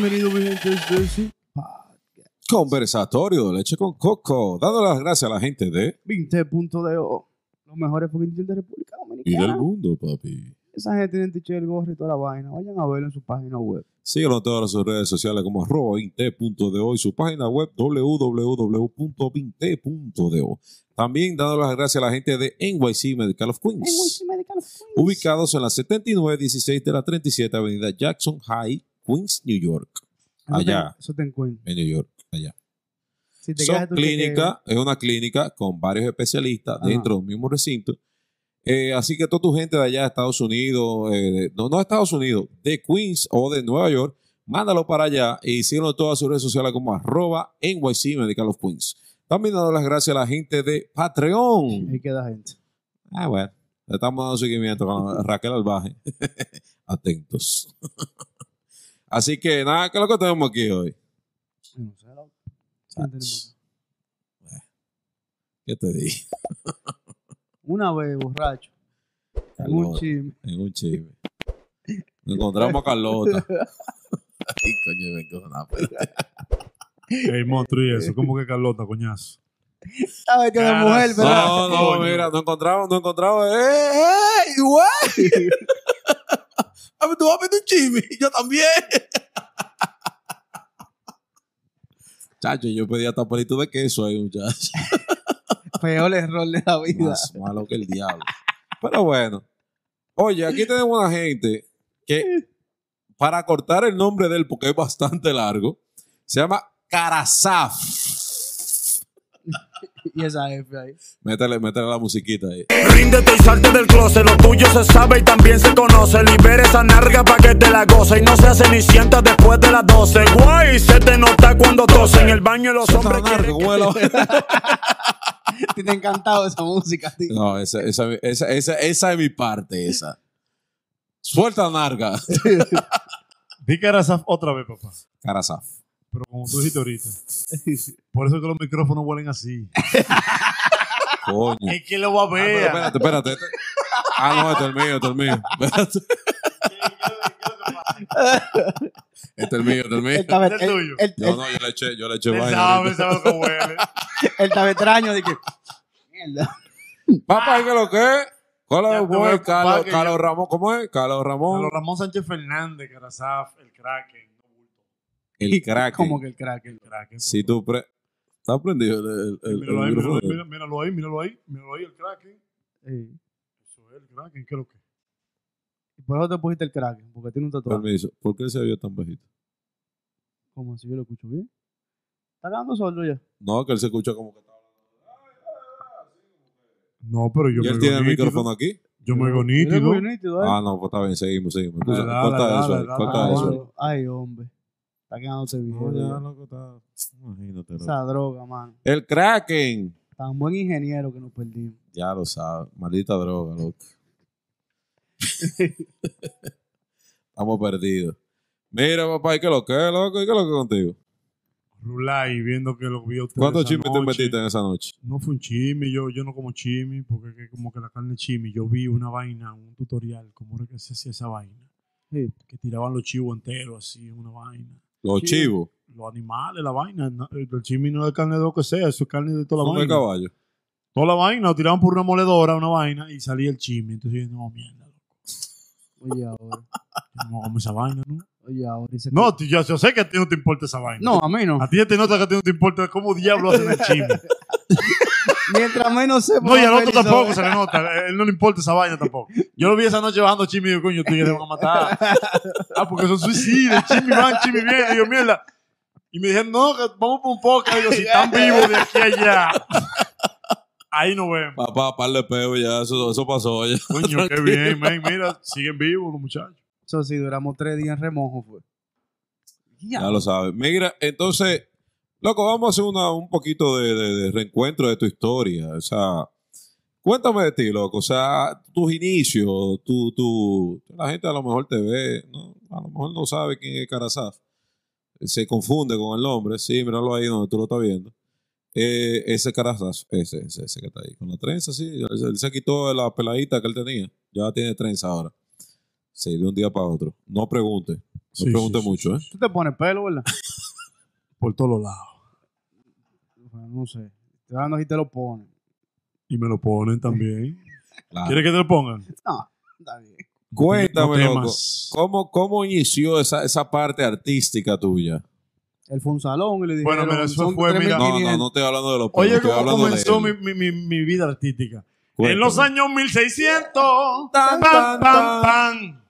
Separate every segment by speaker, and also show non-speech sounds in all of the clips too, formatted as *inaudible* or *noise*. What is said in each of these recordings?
Speaker 1: Corrientes de sí.
Speaker 2: Conversatorio de leche con coco. Dando las gracias a la gente de
Speaker 1: 20.de. Los mejores fucking de República
Speaker 2: y del
Speaker 1: Dominicana.
Speaker 2: mundo, papi.
Speaker 1: Esa gente tiene tiche del gorro y toda la vaina. Vayan a verlo en su página web.
Speaker 2: Síguenos en todas sus redes sociales como arroba hoy su página web www.vinte.do. También dando las gracias a la gente de NYC Medical of Queens.
Speaker 1: En Wiki Medical Queens.
Speaker 2: ubicados en la 7916 de la 37 Avenida Jackson High, Queens, New York.
Speaker 1: Eso te-
Speaker 2: allá.
Speaker 1: Eso te encuentro.
Speaker 2: En New York, allá.
Speaker 1: Si te
Speaker 2: Son
Speaker 1: quedas tú
Speaker 2: clínica, es una clínica con varios especialistas
Speaker 1: Ajá.
Speaker 2: dentro del mismo recinto. Eh, así que toda tu gente de allá de Estados Unidos, eh, de- no, no de Estados Unidos, de Queens o de Nueva York, mándalo para allá e y síguenos en todas sus redes sociales como arroba NYC Medical of Queens. También dando las gracias a la gente de Patreon.
Speaker 1: Ahí queda gente.
Speaker 2: Ah, bueno. Le estamos dando seguimiento con Raquel Albaje. *laughs* Atentos. *laughs* Así que nada, ¿qué es lo que tenemos aquí hoy?
Speaker 1: Yo No sé, loco. ¿Quién tenemos acá?
Speaker 2: ¿Qué te dije?
Speaker 1: Una vez, borracho. En un
Speaker 2: Carlota,
Speaker 1: chisme.
Speaker 2: en un chisme. Nos encontramos a Carlota. Ay, coño, me encojonaba.
Speaker 3: *laughs* Ey, monstruo, y eso. ¿Cómo que Carlota, coñazo?
Speaker 1: Sabes que la
Speaker 3: Cara,
Speaker 1: mujer, ¿verdad?
Speaker 2: No, no,
Speaker 3: Coño.
Speaker 2: mira, nos encontramos, nos encontramos. ¡Eh, eh! ¡Güey! A ver, tú vas a meter un chisme. Yo también. *laughs* Chacho, yo pedí hasta palito de queso ahí, muchachos.
Speaker 1: *laughs* Peor error de la vida.
Speaker 2: Más malo que el diablo. Pero bueno. Oye, aquí tenemos una gente que, para cortar el nombre de él, porque es bastante largo, se llama Karasaf.
Speaker 1: Y esa F ahí.
Speaker 2: Métele, métele la musiquita ahí.
Speaker 4: Ríndete y salte del closet, lo tuyo se sabe y también se conoce. Libera esa narga pa' que te la goce y no seas cenicienta después de las 12. Guay, se te nota cuando tose en el baño y los
Speaker 2: Suelta la
Speaker 4: hombres
Speaker 2: narco,
Speaker 4: quieren...
Speaker 2: ¿cómo es la-
Speaker 1: A ti Te ha encantado esa música, a ti. *laughs*
Speaker 2: No, esa, esa, esa, esa, esa es mi parte, esa. Suelta la narga.
Speaker 3: Di que era Saf otra vez, papá.
Speaker 2: Karasaf.
Speaker 3: Pero como tú dijiste ahorita. Por eso es que los micrófonos huelen así.
Speaker 2: Coño.
Speaker 3: Es que lo va a
Speaker 2: Ah, pero espérate, espérate. Ah, no, este es el mío, este es el mío. Espérate. Este es el mío, este es el mío.
Speaker 1: Él estaba-
Speaker 3: Es el
Speaker 1: él-
Speaker 3: tuyo.
Speaker 1: él-
Speaker 2: Yo no, yo le eché, yo le eché vaina.
Speaker 3: sabe, sabe lo que *laughs* huele.
Speaker 1: Él estaba extraño de que. Mierda.
Speaker 2: Papá, ¿qué es lo que es? ¿Cuál
Speaker 3: Ya
Speaker 2: es
Speaker 3: te
Speaker 2: ¿Cómo
Speaker 3: voy a
Speaker 2: es?
Speaker 3: ocupar
Speaker 2: Carlos,
Speaker 3: que
Speaker 2: Carlos Ramón, ¿cómo es? Carlos Ramón.
Speaker 3: Carlos Ramón Sánchez Fernández, Carasaf, el Kraken.
Speaker 1: *laughs*
Speaker 2: El crack.
Speaker 1: Como que el crack.
Speaker 3: El Kraken.
Speaker 2: Si tú pre... ¿Estás prendido el, el, el- el
Speaker 3: Míralo ahí, míralo
Speaker 2: micrófono?
Speaker 3: ahí, míralo, míralo ahí, míralo ahí, míralo ahí, el Kraken.
Speaker 1: Sí.
Speaker 3: Eso es el Kraken, ¿qué es lo que?
Speaker 1: Y por eso te pusiste el crack, porque tiene un tatuaje.
Speaker 2: Permiso. ¿Por qué se vio tan bajito?
Speaker 1: Como si yo lo escucho bien. Está grabando solo ya.
Speaker 2: No, que él se escucha como que está...
Speaker 3: No, pero yo
Speaker 2: ¿Y él
Speaker 3: oigo
Speaker 2: tiene el
Speaker 3: nítido.
Speaker 2: micrófono aquí?
Speaker 3: Yo me oigo
Speaker 1: Mira,
Speaker 3: nítido.
Speaker 1: muy nítido, ¿eh?
Speaker 2: Ah, no, pues está bien, seguimos, seguimos.
Speaker 3: Dale,
Speaker 2: Escucha,
Speaker 3: dale,
Speaker 2: corta
Speaker 3: dale,
Speaker 2: eso, ahí,
Speaker 3: dale,
Speaker 2: corta
Speaker 3: dale.
Speaker 2: eso. ahí.
Speaker 1: Ay, Ay, hombre. Está quedándote bien.
Speaker 2: No, ya,
Speaker 1: ya.
Speaker 2: loco, está- Imagínate. loco.
Speaker 1: Esa droga, man.
Speaker 2: El Kraken.
Speaker 1: Tan buen ingeniero que nos perdimos.
Speaker 2: Ya lo sabes. Maldita droga, loco. Estamos perdidos. Mira, papá, ¿y qué lo que es, loco? ¿Y qué lo que es contigo?
Speaker 3: Rulay, viendo que lo vio usted.
Speaker 2: ¿Cuántos
Speaker 3: esa
Speaker 2: chismes te
Speaker 3: noche.
Speaker 2: metiste en esa noche?
Speaker 3: No fue un chimi, yo, yo no como chimi, porque es que como que la carne es chimi. Yo vi una vaina, un tutorial, cómo era que se hacía esa vaina.
Speaker 1: Sí.
Speaker 3: Que tiraban los chivos enteros así, una vaina.
Speaker 2: Los
Speaker 1: Sí.
Speaker 2: chivos.
Speaker 3: Los animales, la vaina. no- el chimi no es carne de lo que sea, eso es carne de toda la
Speaker 2: Son de
Speaker 3: vaina.
Speaker 2: caballo.
Speaker 3: Toda la vaina, lo tiraban por una moledora, una vaina, y salía el chimi. Entonces yo, no, mierda, loco,
Speaker 1: Oye, ahora.
Speaker 3: yo no como esa vaina, ¿no?
Speaker 1: Oye, ahora. y se-
Speaker 3: No, tú- yo, yo sé que a ti no te importa esa vaina.
Speaker 1: No, a mí no.
Speaker 3: A ti ya te nota que a ti no te importa cómo diablo hacen el chimi.
Speaker 1: Mientras menos sepa.
Speaker 3: No, y al
Speaker 1: más
Speaker 3: otro
Speaker 1: feliz
Speaker 3: tampoco
Speaker 1: soy.
Speaker 3: se le nota. A Él no le importa esa vaina tampoco. Yo lo vi esa noche bajando chimi y digo, coño, tú ya te van a matar. Ah, porque son suicidas. Chimi van, chimi vienen. Y yo, mierda. Y me dijeron, no, que vamos por un poco. Y yo, si están vivos de aquí a allá. Ahí nos vemos.
Speaker 2: *laughs* Papá, par de peo ya, eso, eso pasó ya.
Speaker 3: Coño, qué bien, man. Mira, siguen vivos los muchachos.
Speaker 1: Eso sí, duramos tres días en remojo, fue.
Speaker 2: Ya lo sabes. Mira, entonces, loco, vamos a hacer una, un poquito de, de- de reencuentro de tu historia. O sea, cuéntame de ti, loco. O sea, tus inicios, tu, tu, la gente a lo mejor te ve, ¿no? a lo mejor no sabe quién es Karazaf. Se confunde con el nombre. Sí, míralo ahí donde tú lo estás viendo. Eh, ese Karazaf, ese, ese, ese que está ahí, con la trenza, sí. Él, él se quitó la peladita que él tenía. Ya tiene trenza ahora. Sí, de un día para otro. No pregunte. No
Speaker 3: Sí,
Speaker 2: pregunte
Speaker 3: sí, sí,
Speaker 2: mucho, ¿eh?
Speaker 1: Tú te pones pelo, ¿verdad?
Speaker 3: Por todos los lados.
Speaker 1: Bueno, no sé. Te dan y te lo ponen.
Speaker 3: Y me lo ponen también.
Speaker 2: Claro.
Speaker 3: ¿Quieres que te lo pongan?
Speaker 1: No, está bien.
Speaker 2: Ah. Cuéntame,
Speaker 3: No
Speaker 2: loco,
Speaker 3: temas.
Speaker 2: ¿cómo, cómo inició esa, esa parte artística tuya?
Speaker 1: Él fue a un salón y le dijeron...
Speaker 3: Bueno, pero eso
Speaker 1: "Son
Speaker 3: fue,
Speaker 1: 3.500".
Speaker 3: mira-
Speaker 2: No, no, no estoy hablando de los pelos,
Speaker 3: Oye,
Speaker 2: estoy
Speaker 3: ¿cómo
Speaker 2: hablando de
Speaker 3: comenzó
Speaker 2: él.
Speaker 3: mi, mi, mi, mi vida artística?
Speaker 2: Cuéntame.
Speaker 3: En los años 1600,
Speaker 2: Tan, tan,
Speaker 3: pam, pam,
Speaker 2: tan.
Speaker 3: pam,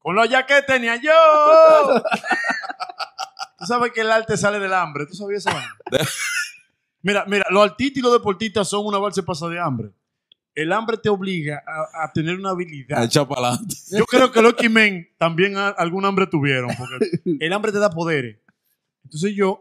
Speaker 3: con lo ya que
Speaker 2: *laughs*
Speaker 3: tenía yo. Tú sabes que el arte sale del hambre, ¿tú sabías eso? mira, mira, los artistas y los deportistas son una balsa pasa de hambre. El hambre te obliga a, a tener una habilidad.
Speaker 2: Echa para adelante.
Speaker 3: Yo creo que los men también a- algún hambre tuvieron,
Speaker 1: *laughs*
Speaker 3: porque el hambre te da poderes. Entonces yo,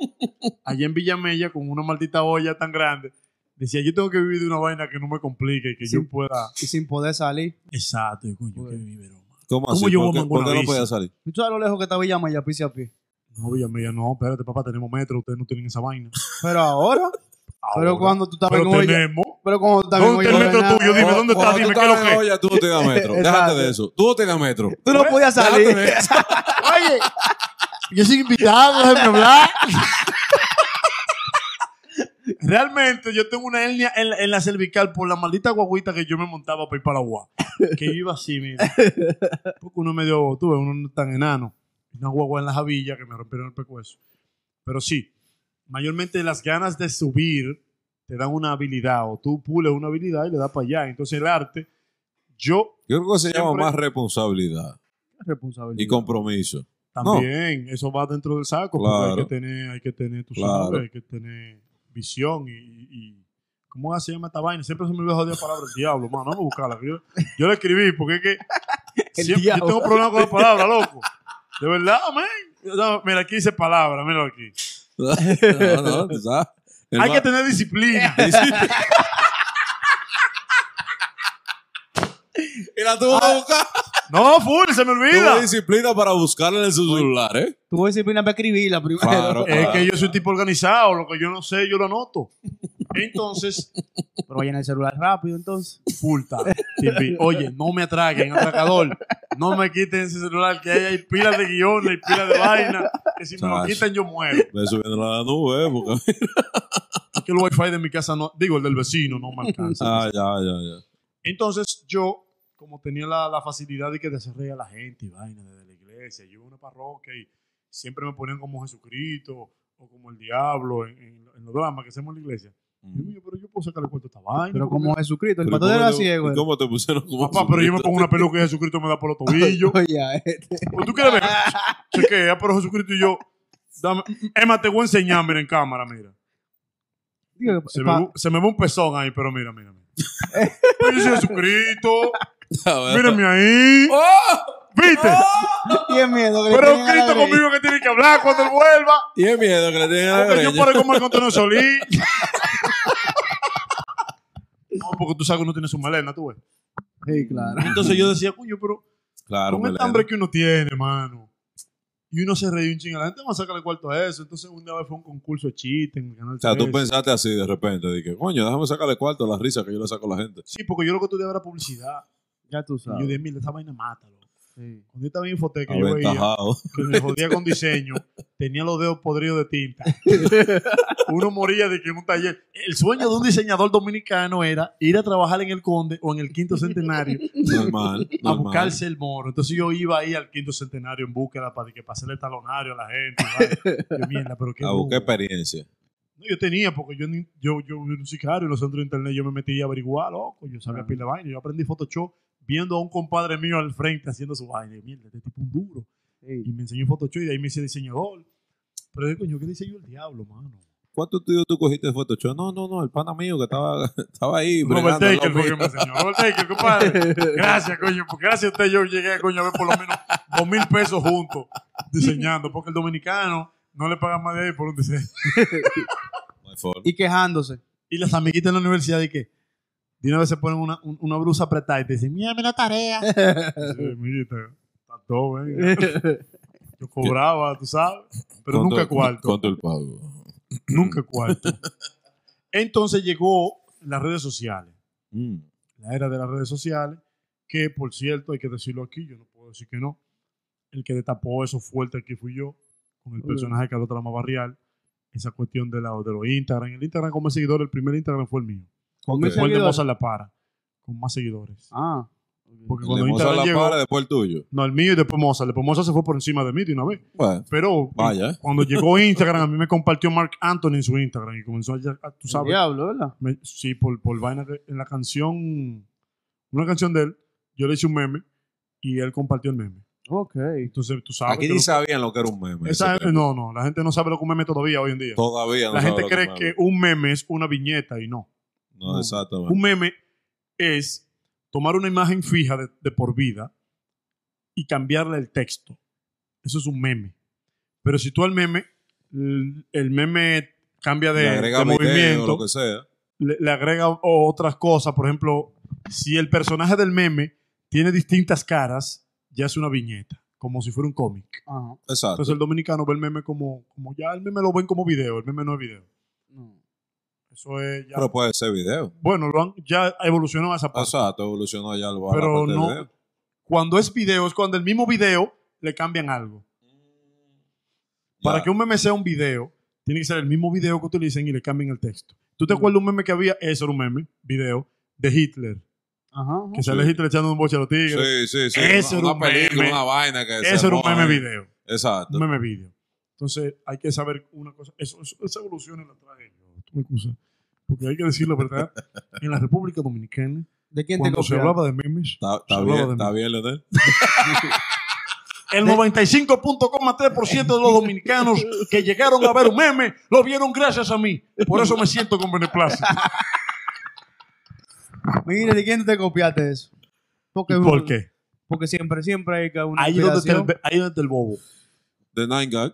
Speaker 3: allá en Villamella, con una maldita olla tan grande, decía, yo tengo que vivir de una vaina que no me complique y que
Speaker 1: Sí.
Speaker 3: yo pueda...
Speaker 1: Y sin poder salir.
Speaker 3: Exacto, yo, coño, qué viverón.
Speaker 2: ¿Cómo así?
Speaker 3: yo
Speaker 2: ¿Por
Speaker 3: voy a
Speaker 2: qué, por qué
Speaker 3: mangar una
Speaker 2: no podía salir?
Speaker 1: ¿Y tú sabes lo lejos que está Villamaya, pise a pie?
Speaker 3: No, Villamella, no, espérate, papá, tenemos metro, ustedes no tienen esa vaina.
Speaker 1: Pero ahora...
Speaker 3: Ahora.
Speaker 1: Pero cuando tú estás
Speaker 3: Pero
Speaker 1: en olla...
Speaker 3: tenemos...
Speaker 1: Pero cuando tú estás en
Speaker 3: ¿Dónde está el
Speaker 1: olla...
Speaker 3: metro
Speaker 1: nada.
Speaker 3: tuyo? Dime, ¿dónde está?
Speaker 2: Cuando
Speaker 3: Dime,
Speaker 2: tú
Speaker 3: ¿qué es lo
Speaker 2: estabas en
Speaker 3: que
Speaker 2: olla, tú no tenías
Speaker 3: *laughs*
Speaker 2: metro. Déjate
Speaker 1: Exacto.
Speaker 2: de eso. Tú no tenías metro. Pues,
Speaker 1: Tú
Speaker 3: Pues,
Speaker 1: no podías salir. *laughs*
Speaker 2: Déjate de eso.
Speaker 3: Oye, yo soy invitado, déjame hablar. Realmente yo tengo una hernia en, la- en la cervical por la maldita guaguita que yo me montaba para ir para la guagua. Que yo iba así, mira. Porque uno es medio, tú ves, uno no es tan enano. Una guagua en la javilla que me rompieron el pecueso. Pero sí, mayormente las ganas de subir te dan una habilidad o tú pules una habilidad y le das para allá. Entonces el arte, yo
Speaker 2: Yo creo que se llama
Speaker 3: Siempre-
Speaker 2: más responsabilidad
Speaker 1: Responsabilidad.
Speaker 2: y
Speaker 3: *laughs*
Speaker 2: compromiso. *laughs* No.
Speaker 3: También, eso va dentro del saco,
Speaker 2: Claro.
Speaker 3: porque hay que tener, hay que tener, tú
Speaker 2: Claro.
Speaker 3: sabes, hay que tener visión y, y- ¿cómo se llama esta vaina? Siempre se me olvida joder la palabra el diablo, mano, vamos a buscarla. que Yo, yo la escribí porque
Speaker 2: *laughs*
Speaker 3: es que
Speaker 1: El
Speaker 3: siempre- yo
Speaker 1: diablo.
Speaker 3: tengo problemas con la palabra, loco. De verdad, amén. No, mira, aquí dice palabra, míralo aquí.
Speaker 2: no, no, tú sabes. El
Speaker 3: hay
Speaker 2: ma-
Speaker 3: que tener
Speaker 2: *laughs*
Speaker 3: disciplina.
Speaker 2: Y la tuvo
Speaker 3: Ah,
Speaker 2: que buscar.
Speaker 3: no, full, se me
Speaker 2: Tuvo
Speaker 3: olvida.
Speaker 2: disciplina para buscarla en su celular, ¿eh?
Speaker 1: Tuve disciplina para escribirla primero.
Speaker 2: Claro.
Speaker 3: Es que yo soy un tipo organizado, lo que yo no sé, yo lo anoto. Entonces,
Speaker 1: *laughs* Pero vayan al celular rápido, entonces.
Speaker 3: Pulta. Timbi. Oye, no me atraquen, atracador. No me quiten ese celular, que ahí hay pilas de guiones, hay pilas de vaina. Que si me lo
Speaker 2: Chacho.
Speaker 3: quitan, yo muero.
Speaker 2: Le subiendo a la nube, ¿eh?
Speaker 3: *laughs*
Speaker 2: Porque...
Speaker 3: Es que el wifi de mi casa no, digo, el del vecino no me alcanza.
Speaker 2: Ah, ya, ya, ya.
Speaker 3: Entonces, yo, como tenía la, la facilidad de que te hacer reír a la gente y vaina desde la iglesia, yo iba a una parroquia y siempre me ponían como Jesucristo o como el diablo en, en- en los dramas que hacemos en la iglesia. Y yo,
Speaker 2: Mm.
Speaker 3: "Oye, pero yo puedo sacarle cuarto a esta vaina.
Speaker 1: Pero
Speaker 3: porque
Speaker 1: como Jesucristo, el
Speaker 2: Pero
Speaker 1: pastor
Speaker 2: ¿cómo
Speaker 1: era
Speaker 2: te-
Speaker 1: ciego. eh. era.
Speaker 2: ¿y ¿Cómo te pusieron como
Speaker 3: Papá, pero yo me
Speaker 2: sujeto?
Speaker 3: pongo una peluca y Jesucristo me da por los tobillos.
Speaker 1: Oye, a este.
Speaker 3: Pues tú quieres ver. Chequea, pero Jesucristo y yo. Dame. Emma, te voy a enseñar, mira, en cámara, mira.
Speaker 1: Digo,
Speaker 3: Se me,
Speaker 1: pa-
Speaker 3: vu- se me ve un pezón ahí, pero mira, mira, mira. Pues yo soy Jesucristo.
Speaker 2: *laughs* A ver.
Speaker 3: *laughs* Mírame ahí. ¿Viste?
Speaker 2: Oh,
Speaker 1: Tiene miedo. que le
Speaker 3: pero
Speaker 1: tienen a la
Speaker 3: Cristo
Speaker 1: greña.
Speaker 3: conmigo que tiene que hablar cuando él vuelva.
Speaker 2: Y el miedo que le tienen a la
Speaker 3: Porque yo
Speaker 2: greña.
Speaker 3: paré como el *laughs* contenido Solís. No, porque tú sabes que uno tiene su melena, tú ves.
Speaker 1: Sí, claro.
Speaker 3: Entonces yo decía, coño, pero
Speaker 2: Claro,
Speaker 3: Con el
Speaker 2: melena.
Speaker 3: hambre que uno tiene, hermano. Y uno se reía un chingo. La gente va a sacarle cuarto a eso. Entonces, una vez fue un concurso de chiste en el canal.
Speaker 2: O sea, tú
Speaker 3: 13.
Speaker 2: pensaste así de repente, de que, coño, déjame sacarle cuarto a las risas que yo le saco a la gente.
Speaker 3: Sí, porque yo lo que estudiaba era publicidad.
Speaker 1: Ya tú
Speaker 3: Y yo
Speaker 1: sabes.
Speaker 3: dije, mira, esta vaina mata, loco.
Speaker 1: Sí.
Speaker 3: Cuando yo estaba en Infotec,
Speaker 2: Ah,
Speaker 3: que yo veía, *laughs*
Speaker 2: Aventajado.
Speaker 3: que me jodía
Speaker 2: *laughs*
Speaker 3: con diseño, tenía los dedos podridos de tinta. *laughs* Uno moría de que en un taller. El sueño de un diseñador dominicano era ir a trabajar en el Conde o en el Quinto Centenario
Speaker 2: Normal.
Speaker 3: a
Speaker 2: normal.
Speaker 3: buscarse el moro. Entonces yo iba ahí al quinto centenario en búsqueda para que pasé el talonario a la gente.
Speaker 2: *laughs*
Speaker 3: ¿vale? Yo, mierda, pero qué
Speaker 2: A
Speaker 3: bobo.
Speaker 2: buscar experiencia.
Speaker 3: No, yo tenía, porque yo, ni- yo, yo era un sicario en los centros de internet, yo me metí a averiguar, loco, yo sabía
Speaker 1: Ah.
Speaker 3: pila de vaina. Yo aprendí Photoshop viendo a un compadre mío al frente haciendo su vaina. Y, mierda, este tipo un duro. Y
Speaker 1: Sí.
Speaker 3: me enseñó Photoshop y de ahí me hice diseñador. Pero yo, coño, ¿qué diseño el diablo, mano?
Speaker 2: ¿Cuánto estudios tú cogiste de Photoshop? No, no, no, el pana mío que estaba, *laughs* estaba ahí.
Speaker 3: Robert
Speaker 2: bregando al
Speaker 3: Taker
Speaker 2: lado
Speaker 3: fue que
Speaker 2: mío.
Speaker 3: me enseñó. Robert Taker, compadre. Gracias, coño. Porque gracias a usted yo llegué, coño, a ver por lo menos dos mil pesos juntos diseñando. Porque el dominicano no le pagan más de ahí por un diseño.
Speaker 2: No hay forma.
Speaker 1: Y quejándose.
Speaker 3: Y las amiguitas en la universidad de que de una vez se ponen una, un- una blusa apretada y te dicen, mira, mira
Speaker 1: *laughs*
Speaker 3: la tarea. Y dice, Amiguita, está todo, venga. Yo cobraba, tú sabes. Pero
Speaker 2: Con
Speaker 3: nunca
Speaker 2: tu-
Speaker 3: cuarto.
Speaker 2: Con tu pago.
Speaker 3: Nunca cuarto. Entonces llegó las redes sociales.
Speaker 2: Mm.
Speaker 3: la era de las redes sociales, que por cierto, hay que decirlo aquí, yo no puedo decir que no, el que destapó eso fuerte aquí fui yo, con
Speaker 2: Mm.
Speaker 3: el
Speaker 1: Muy bien.
Speaker 3: personaje que adopta la más barrial. Esa cuestión de, la, de los Instagram. El Instagram como seguidor, el primer Instagram fue el mío.
Speaker 1: Con
Speaker 2: Ok.
Speaker 1: mis
Speaker 3: Fue el de
Speaker 1: seguidores.
Speaker 3: Mozart La Para, con más seguidores.
Speaker 1: Ah. ok.
Speaker 3: Porque
Speaker 2: El de
Speaker 3: cuando
Speaker 2: Mozart
Speaker 3: Instagram
Speaker 2: la
Speaker 3: llegó,
Speaker 2: para, después el tuyo.
Speaker 3: no, el mío y después Mozart. Después Mozart se fue por encima de mí de una vez.
Speaker 2: Bueno,
Speaker 3: Pero
Speaker 2: vaya. eh.
Speaker 3: cuando llegó Instagram, a mí me compartió Mark Anthony en su Instagram y comenzó a, ya- a- tú
Speaker 1: El
Speaker 3: sabes,
Speaker 1: diablo, ¿verdad?
Speaker 3: me- sí, por, por vaina que- en la canción, una canción de él, yo le hice un meme y él compartió el meme.
Speaker 1: Ok.
Speaker 3: Entonces, tú sabes.
Speaker 2: Aquí
Speaker 3: que
Speaker 2: ni
Speaker 3: lo-
Speaker 2: sabían lo que era un meme. Ese
Speaker 3: esa gente-
Speaker 2: tema.
Speaker 3: no, no, la gente no sabe lo que es un meme todavía hoy en día.
Speaker 2: Todavía no
Speaker 3: la
Speaker 2: saben
Speaker 3: gente
Speaker 2: lo
Speaker 3: cree
Speaker 2: es un
Speaker 3: que
Speaker 2: meme.
Speaker 3: un meme es una viñeta y no.
Speaker 2: No, exactamente.
Speaker 3: Un meme es tomar una imagen fija de, de por vida y cambiarle el texto. Eso es un meme. Pero si tú al meme, l- el meme cambia de,
Speaker 2: Le agrega
Speaker 3: de
Speaker 2: video,
Speaker 3: movimiento,
Speaker 2: lo que sea.
Speaker 3: le, le agrega o- otras cosas. Por ejemplo, si el personaje del meme tiene distintas caras, ya es una viñeta, como si fuera un cómic.
Speaker 1: Ajá.
Speaker 2: Exacto.
Speaker 3: Entonces el dominicano ve el meme como, como ya el meme lo ven como video, el meme no es video.
Speaker 1: No.
Speaker 3: Eso es ya.
Speaker 2: Pero puede ser video.
Speaker 3: bueno, lo han- ya evolucionó a esa parte.
Speaker 2: Exacto, evolucionó ya lo Pero
Speaker 3: Pero no-
Speaker 2: no.
Speaker 3: cuando es video, es cuando el mismo video le cambian algo. Para que un meme sea un video, tiene que ser el mismo video que utilicen y le cambien el texto. ¿Tú te
Speaker 1: Mm.
Speaker 3: acuerdas de un meme que había? Eso era un meme, video, de Hitler.
Speaker 1: Ajá. ajá.
Speaker 3: Que sale
Speaker 2: Sí.
Speaker 3: Hitler echando un boche a los tigres.
Speaker 2: Sí, sí, sí. una,
Speaker 3: Eso era un
Speaker 2: una película,
Speaker 3: meme.
Speaker 2: una vaina que se
Speaker 3: Eso era un
Speaker 2: armó
Speaker 3: meme
Speaker 2: ahí.
Speaker 3: video.
Speaker 2: Exacto.
Speaker 3: Un meme video. Entonces, hay que saber una cosa. Eso, eso- esa evolución en la traje yo. Tú me excusas. Porque hay que decir la
Speaker 1: *laughs*
Speaker 3: verdad. en la República Dominicana,
Speaker 1: ¿De quién te
Speaker 3: cuando se
Speaker 1: copiaron?
Speaker 3: hablaba de memes,
Speaker 2: Está, está
Speaker 3: Se hablaba
Speaker 2: bien,
Speaker 3: de
Speaker 2: está
Speaker 3: mí.
Speaker 2: bien, Leonel.
Speaker 3: El 95.3% de los dominicanos que llegaron a ver un meme lo vieron gracias a mí. Por eso me siento
Speaker 1: *laughs*
Speaker 3: con beneplácito.
Speaker 1: Mire, ¿de quién te copiaste eso? Porque,
Speaker 3: ¿Por qué?
Speaker 1: Porque siempre, siempre hay que una
Speaker 3: Ahí donde, está
Speaker 1: inspiración.
Speaker 3: el, ahí donde está el bobo.
Speaker 2: De Nine Gag,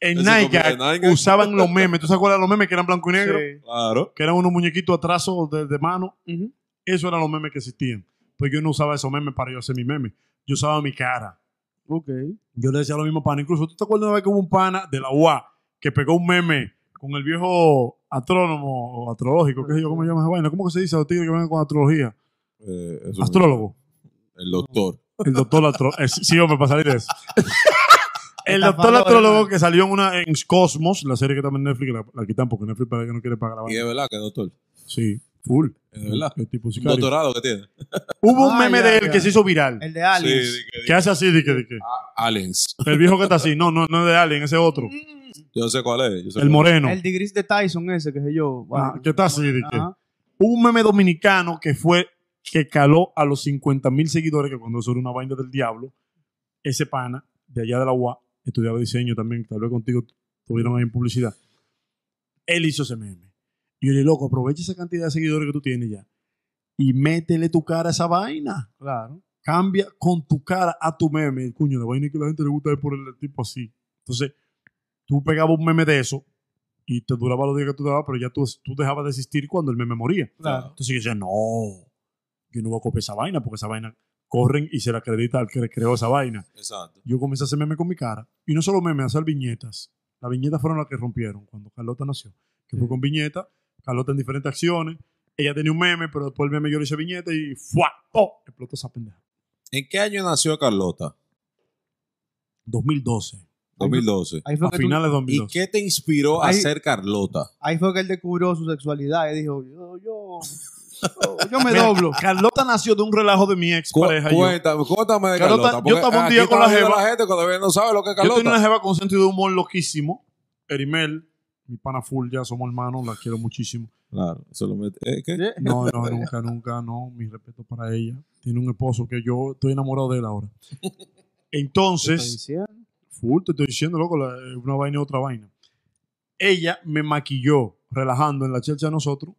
Speaker 3: En
Speaker 2: Ese
Speaker 3: Nike
Speaker 2: comentario de Nike.
Speaker 3: usaban los memes. ¿Tú te acuerdas de los memes que eran blanco y negro?
Speaker 1: Sí.
Speaker 2: claro.
Speaker 3: Que eran unos muñequitos atrasos de, de mano.
Speaker 1: Ujú.
Speaker 3: Eso eran los memes que existían. Pues yo no usaba esos memes para yo hacer mis memes. Yo usaba mi cara.
Speaker 1: Ok.
Speaker 3: Yo le decía lo mismo a pana. Incluso, ¿tú te acuerdas una vez que hubo un pana de la UA que pegó un meme con el viejo astrónomo o astrológico? ¿Qué sé yo? ¿Cómo se llama esa vaina? ¿Cómo que se dice a los tigres que vengan con astrología?
Speaker 2: Eh, eso-
Speaker 3: Astrólogo.
Speaker 2: el doctor.
Speaker 3: El doctor astrólogo. sí, hombre, para salir de eso. El doctor
Speaker 1: Estafador,
Speaker 3: astrólogo
Speaker 1: ¿no?
Speaker 3: que salió en una en Cosmos, la serie que también Netflix, la, la quitan porque Netflix parece que no quiere pagar la
Speaker 2: Y
Speaker 3: vaina.
Speaker 2: es verdad que es doctor.
Speaker 3: Sí, full.
Speaker 2: Es verdad.
Speaker 3: El tipo
Speaker 2: Es Un
Speaker 3: sicario.
Speaker 2: doctorado que tiene.
Speaker 3: Hubo un
Speaker 1: Ah,
Speaker 3: meme
Speaker 1: ya,
Speaker 3: de él
Speaker 1: ya.
Speaker 3: que se hizo viral.
Speaker 1: El de Aliens.
Speaker 2: Sí, di que- di
Speaker 3: que hace así, de que, de que.
Speaker 2: que- Aliens.
Speaker 3: El viejo que está así. No, no, no es de Alien, ese es otro.
Speaker 2: Yo sé cuál es. yo sé cuál
Speaker 3: El
Speaker 2: es.
Speaker 3: moreno.
Speaker 1: El de Gris de Tyson ese, que sé yo.
Speaker 3: Ah,
Speaker 1: Bueno.
Speaker 3: que está así, de que.
Speaker 1: Ajá.
Speaker 3: Hubo un meme dominicano que fue que caló a los 50 mil seguidores, que cuando eso era una vaina del diablo, ese pana de allá de la UA, estudiaba diseño también, tal vez contigo tuvieron ahí en publicidad. Él hizo ese meme. Y yo le dije, loco, aprovecha esa cantidad de seguidores que tú tienes ya y métele tu cara a esa vaina.
Speaker 1: Claro.
Speaker 3: Cambia con tu cara a tu meme. El cuño, la vaina que la gente le gusta es por el tipo así. Entonces, tú pegabas un meme de eso y te duraba los días que tú dabas, pero ya tú, tú dejabas de existir cuando el meme moría.
Speaker 1: Claro.
Speaker 3: Entonces yo decía, no, yo no voy a copiar esa vaina porque esa vaina corren y se la acredita al que creó esa vaina.
Speaker 2: Exacto.
Speaker 3: Yo comencé a hacer meme con mi cara y no solo meme, a hacer viñetas. Las viñetas fueron las que rompieron cuando Carlota nació. Que fue
Speaker 1: Sí.
Speaker 3: con viñeta, Carlota en diferentes acciones. Ella tenía un meme, pero después el meme yo le hice viñeta y ¡fua! ¡Oh! Explotó esa pendeja.
Speaker 2: ¿En qué año nació Carlota?
Speaker 3: 2012.
Speaker 2: 2012.
Speaker 1: Ahí fue,
Speaker 3: A
Speaker 1: que tú-
Speaker 3: finales de
Speaker 2: ¿Y
Speaker 3: 2012.
Speaker 2: qué te inspiró a
Speaker 1: Ahí-
Speaker 2: ser Carlota?
Speaker 1: ahí fue que él descubrió su sexualidad y dijo, yo, yo, yo,
Speaker 3: *laughs*
Speaker 1: yo me
Speaker 3: Mira,
Speaker 1: doblo.
Speaker 3: Carlota nació de un relajo de mi ex
Speaker 2: Cu-
Speaker 3: pareja. Yo,
Speaker 2: Cuéntame, cuéntame de
Speaker 3: Carlota,
Speaker 2: Carlota.
Speaker 3: yo
Speaker 2: porque
Speaker 3: estaba un
Speaker 2: aquí
Speaker 3: día con la
Speaker 2: estamos viendo
Speaker 3: jeva.
Speaker 2: gente que todavía no sabe lo que es
Speaker 3: yo tenía una
Speaker 2: Carlota.
Speaker 3: jeva con un sentido de humor loquísimo. Erimel, mi pana full, ya somos hermanos, la quiero muchísimo.
Speaker 2: Claro, se lo mete. ¿eh, qué?
Speaker 1: Sí.
Speaker 3: No, no,
Speaker 2: *laughs*
Speaker 3: nunca, nunca, no. Mi respeto para ella. Tiene un esposo que yo estoy enamorado de
Speaker 2: *laughs*
Speaker 3: él ahora.
Speaker 1: Te estoy
Speaker 3: Entonces,
Speaker 1: diciendo.
Speaker 3: full, te estoy diciendo, loco, la- eh, una vaina y otra vaina. Ella me maquilló relajando en la chelcha de nosotros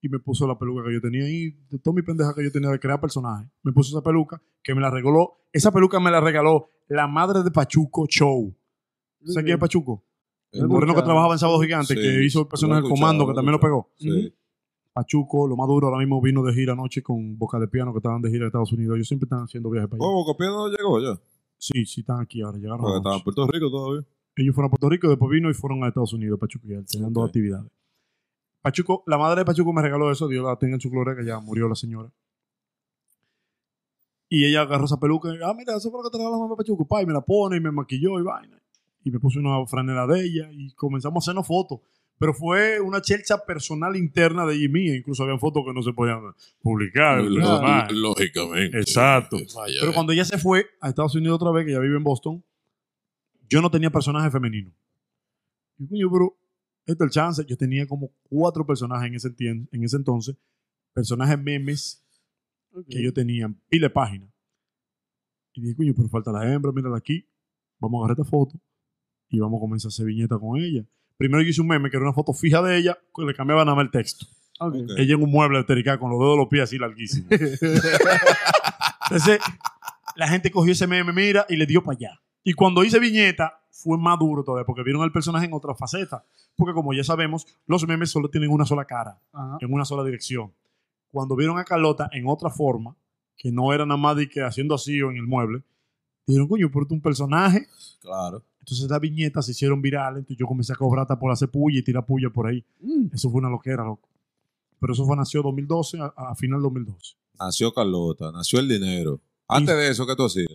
Speaker 3: y me puso la peluca que yo tenía y de toda mi pendeja que yo tenía de crear personajes. Me puso esa peluca que me la regaló. Esa peluca me la regaló la madre de Pachuco Show. ¿Sabes quién es Pachuco? El moreno que trabajaba en Sábado
Speaker 2: Sí,
Speaker 3: Gigante, que hizo el
Speaker 2: lo he
Speaker 3: personaje del
Speaker 2: escuchado,
Speaker 3: comando, que
Speaker 2: lo he
Speaker 3: también lo
Speaker 2: escuchado.
Speaker 3: pegó.
Speaker 2: Sí.
Speaker 3: Pachuco, lo más duro, ahora mismo vino de gira anoche con Boca de Piano, que estaban de gira en Estados Unidos. Ellos siempre están haciendo viajes para allá.
Speaker 2: ¿Cómo? Copiano no llegó ya.
Speaker 3: Sí, sí, están aquí ahora, llegaron.
Speaker 2: Oh. Porque
Speaker 3: anoche.
Speaker 2: estaba en Puerto Rico todavía.
Speaker 3: Ellos fueron a Puerto Rico, después vino y fueron a Estados Unidos, Pachuco y él, tenían dos
Speaker 2: Ok.
Speaker 3: actividades. Pachuco, la madre de Pachuco me regaló eso, Dios la tenga en su gloria, que ya murió la señora. Y ella agarró esa peluca y ah, mira, eso fue lo que te regaló mamá Pachuco. Pa, y me la pone y me maquilló y vaina. Y me puse una franela de ella y comenzamos a hacernos fotos. Pero fue una chelcha personal interna de Jimmy. e Incluso habían fotos que no se podían publicar. y
Speaker 2: Lo-
Speaker 3: demás.
Speaker 2: Lógicamente.
Speaker 3: Exacto.
Speaker 2: Vaya,
Speaker 3: Pero cuando ella se fue a Estados Unidos otra vez, que ya vive en Boston, yo no tenía personaje femenino. Y coño, pero esto es el chance. Yo tenía como cuatro personajes en ese, tien- en ese entonces, personajes memes
Speaker 1: Ok.
Speaker 3: que yo tenía, pile páginas. Y dije, coño, pero falta la hembra, mírala aquí. Vamos a agarrar esta foto y vamos a comenzar a hacer viñeta con ella. Primero yo hice un meme que era una foto fija de ella, que le cambiaba nada más el texto.
Speaker 1: Ok.
Speaker 2: Ok.
Speaker 3: Ella en un mueble altericada con los dedos de los pies así larguísimos. Entonces, la gente cogió ese meme, mira, y le dio para allá. Y cuando hice viñeta, fue más duro todavía, porque vieron al personaje en otra faceta. Porque como ya sabemos, los memes solo tienen una sola cara,
Speaker 1: Ajá.
Speaker 3: en una sola dirección. Cuando vieron a Carlota en otra forma, que no era nada más de que haciendo así o en el mueble, dijeron, coño, pero tú un personaje
Speaker 2: Claro.
Speaker 3: entonces las viñetas se hicieron virales, entonces yo comencé a cobrar hasta por hacer puya y tirar puya por ahí.
Speaker 1: Mm.
Speaker 3: Eso fue una loquera, loco. Pero eso fue, nació 2012, a, a final 2012.
Speaker 2: Nació Carlota, nació el dinero. Antes de eso, ¿qué tú hacías?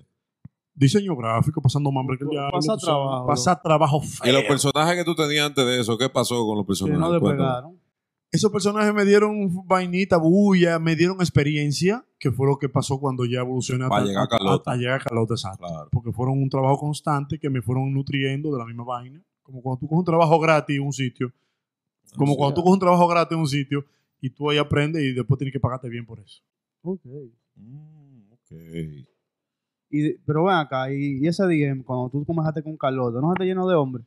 Speaker 3: Diseño gráfico, pasando hambre que el
Speaker 1: Pasa
Speaker 3: diablo, tú sabes,
Speaker 1: trabajo,
Speaker 3: Pasa trabajo
Speaker 2: Y los
Speaker 3: feo.
Speaker 2: personajes que tú tenías antes de eso, ¿qué pasó con los
Speaker 1: Que
Speaker 2: personajes?
Speaker 1: no
Speaker 2: Cuéntame.
Speaker 1: despegaron.
Speaker 3: Esos personajes me dieron vainita, bulla, me dieron experiencia, que fue lo que pasó cuando ya evolucioné
Speaker 2: Pa' llegar a Carlota.
Speaker 3: hasta llegar a Carlota, exacto.
Speaker 2: Claro.
Speaker 3: Porque fueron un trabajo constante que me fueron nutriendo de la misma vaina. Como cuando tú coges un trabajo gratis en un sitio, como
Speaker 2: Ah, Sí.
Speaker 3: cuando tú coges un trabajo gratis en un sitio y tú ahí aprendes y después tienes que pagarte bien por eso.
Speaker 1: Ok.
Speaker 2: Mm, ok.
Speaker 1: Y, de- pero ven acá, y, y ese DM, cuando tú comenzaste con Carlota, ¿no se te llenó de hombres?